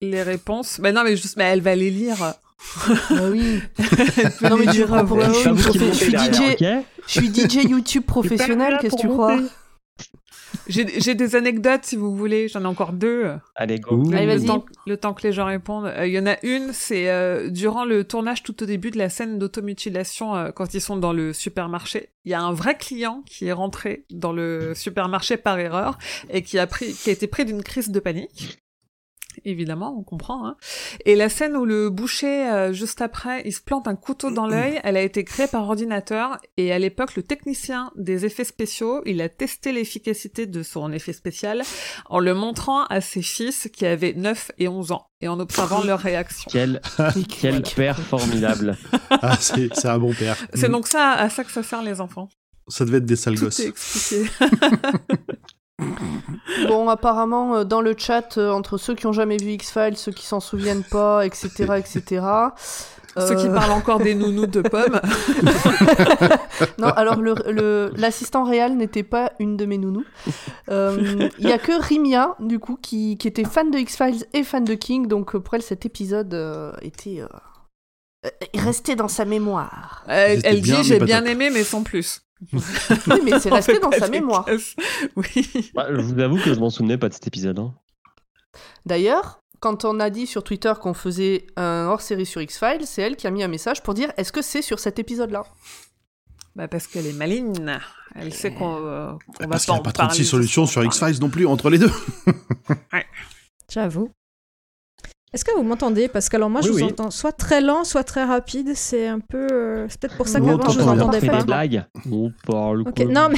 les réponses. Mais non, mais juste, mais elle va les lire.
Ah oui.
Elle
(laughs)
peut
Non, mais
les
du
lire
coup, pour
avant.
le
C'est pas vous
je
qui montez
suis
derrière, ok
Je suis DJ YouTube professionnel, qu'est-ce que tu crois (laughs)
J'ai j'ai des anecdotes si vous voulez, j'en ai encore deux.
Allez, go.
Allez,
le,
vas-y.
temps, le temps que les gens répondent. Euh, Il y en a une, c'est euh, durant le tournage tout au début de la scène d'automutilation, euh, quand ils sont dans le supermarché, il y a un vrai client qui est rentré dans le supermarché par erreur et qui a, pris, qui a été pris d'une crise de panique. Évidemment, on comprend. hein. Et la scène où le boucher, euh, juste après, il se plante un couteau dans l'œil, elle a été créée par ordinateur. Et à l'époque, le technicien des effets spéciaux, il a testé l'efficacité de son effet spécial en le montrant à ses fils qui avaient 9 et 11 ans et en observant leur réaction.
Quel, quel père
(laughs)
formidable.
Ah, c'est c'est un bon père.
C'est
Mm. Bah,
donc ça, à ça que ça sert les enfants.
Ça devait être des sales
Tout
gosses.
est expliqué.
Bon, apparemment, euh, dans le chat, euh, entre ceux qui ont jamais vu X-Files, ceux qui s'en souviennent pas, etc., etc. euh,
(laughs) Ceux qui parlent encore des nounous de
(laughs)
pommes.
Non, alors le- le- l'assistant réel n'était pas une de mes nounous. Euh, Il y a que Rimia, du coup, qui, qui était fan de X-Files et fan de King, donc euh, pour elle, cet épisode euh, était. euh, euh, resté dans sa
(laughs)
mémoire.
Elle,
étaient
elle
bien,
dit
mais
j'ai
pas
bien
top.
aimé mais sans
(laughs)
plus.
Oui, mais c'est
On
resté
fait
dans
pas
sa
des
mémoire.
cases. (laughs) Oui.
Bah, je vous avoue que je m'en souvenais pas de cet épisode. hein.
D'ailleurs, quand on a dit sur Twitter qu'on faisait un hors-série sur X-Files, c'est elle qui a mis un message pour dire est-ce que c'est sur cet épisode-là
Bah parce qu'elle est maligne. Elle sait qu'on euh, qu'on va
Bah, Parce qu'il n'y
en
a pas
parler
36 solutions
jusqu'au
sur
soir.
X-Files non plus, entre les deux.
J'avoue. Est-ce que vous m'entendez Parce que alors moi, je
Oui,
vous
oui.
entends soit très lent, soit très rapide. C'est un peu. euh, C'est peut-être pour ça
Nous, on
qu'avant, je vous
t'entend bien.
entendais
fait
pas.
des blagues. On parle
Ok,
comme
non, mais-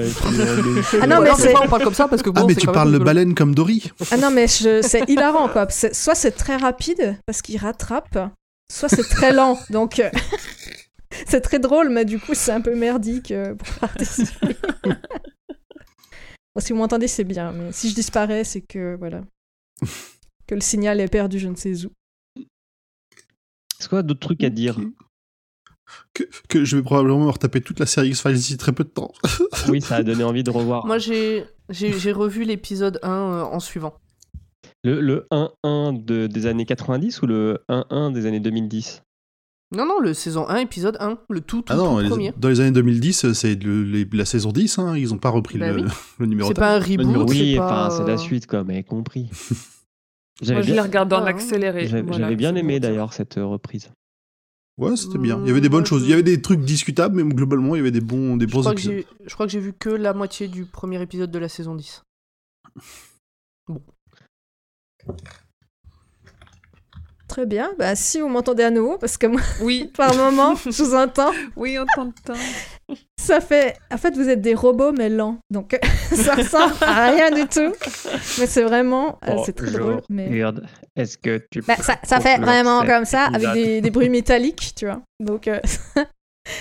(laughs)
et puis on est chaud.
Ah non,
Ou
mais
alors, des
c'est-
fois, on parle comme ça parce que
Ah,
bon,
mais
c'est
tu
quand
parles
même
de
rigolo.
baleine comme Dory
Ah non, mais je- c'est hilarant, quoi. C'est- Soit c'est très rapide, parce qu'il rattrape, soit c'est très lent. Donc, euh, (laughs) c'est très drôle, mais du coup, c'est un peu merdique euh, pour (laughs) participer. Bon, si vous m'entendez, c'est bien. Mais si je disparais, c'est que, voilà, que le signal est perdu, je ne sais où.
Est-ce qu'on a d'autres trucs
(laughs)
à dire
que, que je vais probablement me retaper toute la série X-Files d'ici très peu de temps.
Oui, ça a donné envie de revoir.
Moi, j'ai j'ai j'ai revu l'épisode 1 euh, en suivant.
Le, le 1-1 de- des années 90 ou le 1-1 des années 2010
Non, non, le saison 1, épisode 1, le tout, tout,
Ah non,
tout
les-
premier.
dans les années 2010, euh, c'est le- les- la saison 10, hein, ils ont pas repris
Bah
le,
oui.
(laughs) le numéro
C'est
4.
pas un reboot,
Oui,
c'est
enfin,
pas...
c'est la
euh,
suite, quoi, mais compris.
Moi
J'avais
je les
bien,
regarde en
Ah, hein.
accéléré.
j'avais-
Voilà,
j'avais bien
c'est
aimé
bon.
d'ailleurs cette euh, reprise.
Ouais, c'était bien. Il y avait des bonnes choses. Il y avait des trucs discutables, mais globalement, il y avait des bons, des
Mm. Je
bons
crois, que
épisodes.
j'ai- je crois que j'ai vu que la moitié du premier épisode de la saison 10.
Très bien. Bah, si vous m'entendez à nouveau, parce que moi, (laughs)
Oui,
par moment, je vous entends.
(laughs) oui, on hein. t'entend.
Ça fait. En fait, vous êtes des robots, mais lents. Donc, (laughs) ça ressemble à rien du tout. Mais c'est vraiment.
Oh,
euh, c'est très drôle. Mais...
Est-ce que tu
Bah, ça, ça
Pour
fait
le
vraiment
respect
comme ça,
des
avec des, des bruits métalliques, tu vois. Donc, euh,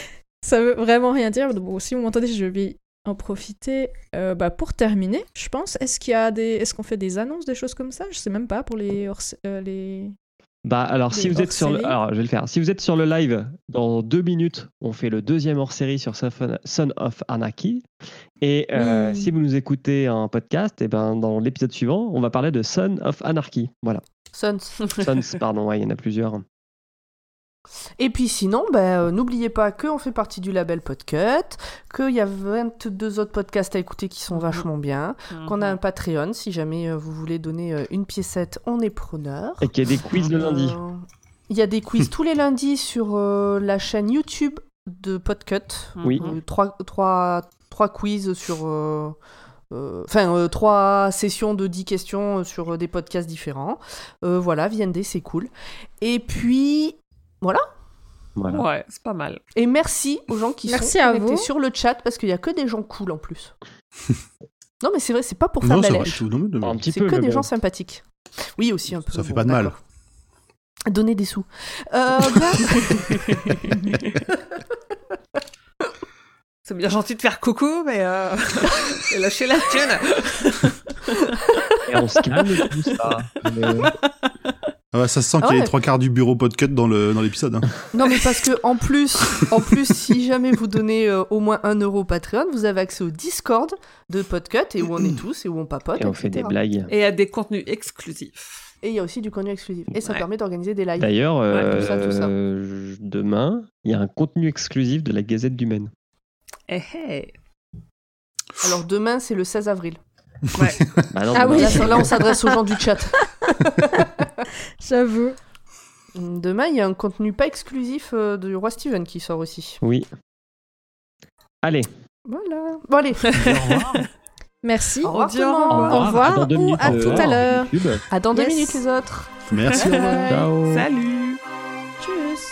(laughs) ça veut vraiment rien dire. Bon, si vous m'entendez, je vais en profiter euh, bah, pour terminer, je pense. Est-ce qu'il y a des... Est-ce qu'on fait des annonces, des choses comme ça Je sais même pas pour les... hors- euh, les...
Bah alors si
Des
vous êtes sur le...
hors-séries.
alors je vais le faire. Si vous êtes sur le live dans deux minutes, on fait le deuxième hors série sur Saf- Son of Anarchy. Et euh,
Oui.
si vous nous écoutez en podcast, et ben dans l'épisode suivant, on va parler de Son of Anarchy.
(laughs)
Voilà.
Sons.
Sons, pardon, ouais, il y en a plusieurs.
Et puis sinon, ben, euh, n'oubliez pas qu'on fait partie du label Podcut, qu'il y a 22 autres podcasts à écouter qui
Mhm.
sont vachement bien, qu'on a un Patreon, si jamais euh, vous voulez donner euh, une piécette, on est preneur.
Et qu'il y a des quiz le lundi.
Euh, Il y a des
(laughs)
quiz tous les lundis sur euh, la chaîne YouTube de Podcut.
Mhm.
Oui.
Hein.
Euh, trois, trois, trois quiz sur. euh, euh, Enfin, euh, trois sessions de 10 questions sur euh, des podcasts différents. Euh, voilà, VND, c'est cool. Et puis,
Voilà.
Ouais, c'est pas mal.
et merci aux gens qui
Merci
sont
à
connectés
vous.
sur le chat parce qu'il n'y a que des gens cool en plus. non, mais c'est vrai, c'est pas pour faire
Non,
de la
ça va.
lèche.
tout. Non, mais- non, mais-
Un petit
C'est
peu.
que
mais
des
bon.
gens sympathiques. Oui, aussi un peu.
Ça fait
bon,
pas de mal.
d'accord. Donner des sous. Euh, bien-
C'est bien gentil de faire coucou, mais
(laughs)
euh... et lâcher la thune.
Et on se calme et tout
(laughs)
ça. Mais-
Ah bah, ça se sent
Ah
qu'il y a
ouais.
les trois quarts du bureau podcut dans le dans
(laughs)
l'épisode. hein.
non, mais parce que en plus, en plus, si jamais vous donnez euh, au moins un euro au Patreon, vous avez accès au Discord de Podcut et où on est tous et où on papote.
Et on fait des
etc.
blagues.
Et à des contenus exclusifs.
Et il y a aussi du contenu exclusif. Et ça
Ouais.
permet d'organiser des lives.
D'ailleurs,
tout ça, tout ça.
euh, je- demain, il y a un contenu exclusif de la Gazette du Maine.
Eh, eh.
Alors demain, c'est le 16 avril.
Bah non,
Ah
mais
oui.
Là,
non,
c'est- là, on s'adresse aux gens du chat. (laughs)
J'avoue.
Demain, il y a un contenu pas exclusif euh, du Roi Steven qui sort aussi.
Oui. Allez,
Voilà. Bon, allez,
Merci.
Au revoir,
On dit au
tout le monde.
au revoir,
Au revoir,
à dans deux
ou
minutes,
à
euh,
tout à
sur
l'heure.
YouTube.
à dans deux
Yes.
minutes, les autres.
Merci. au revoir.
Ciao.
Salut
Tchuss.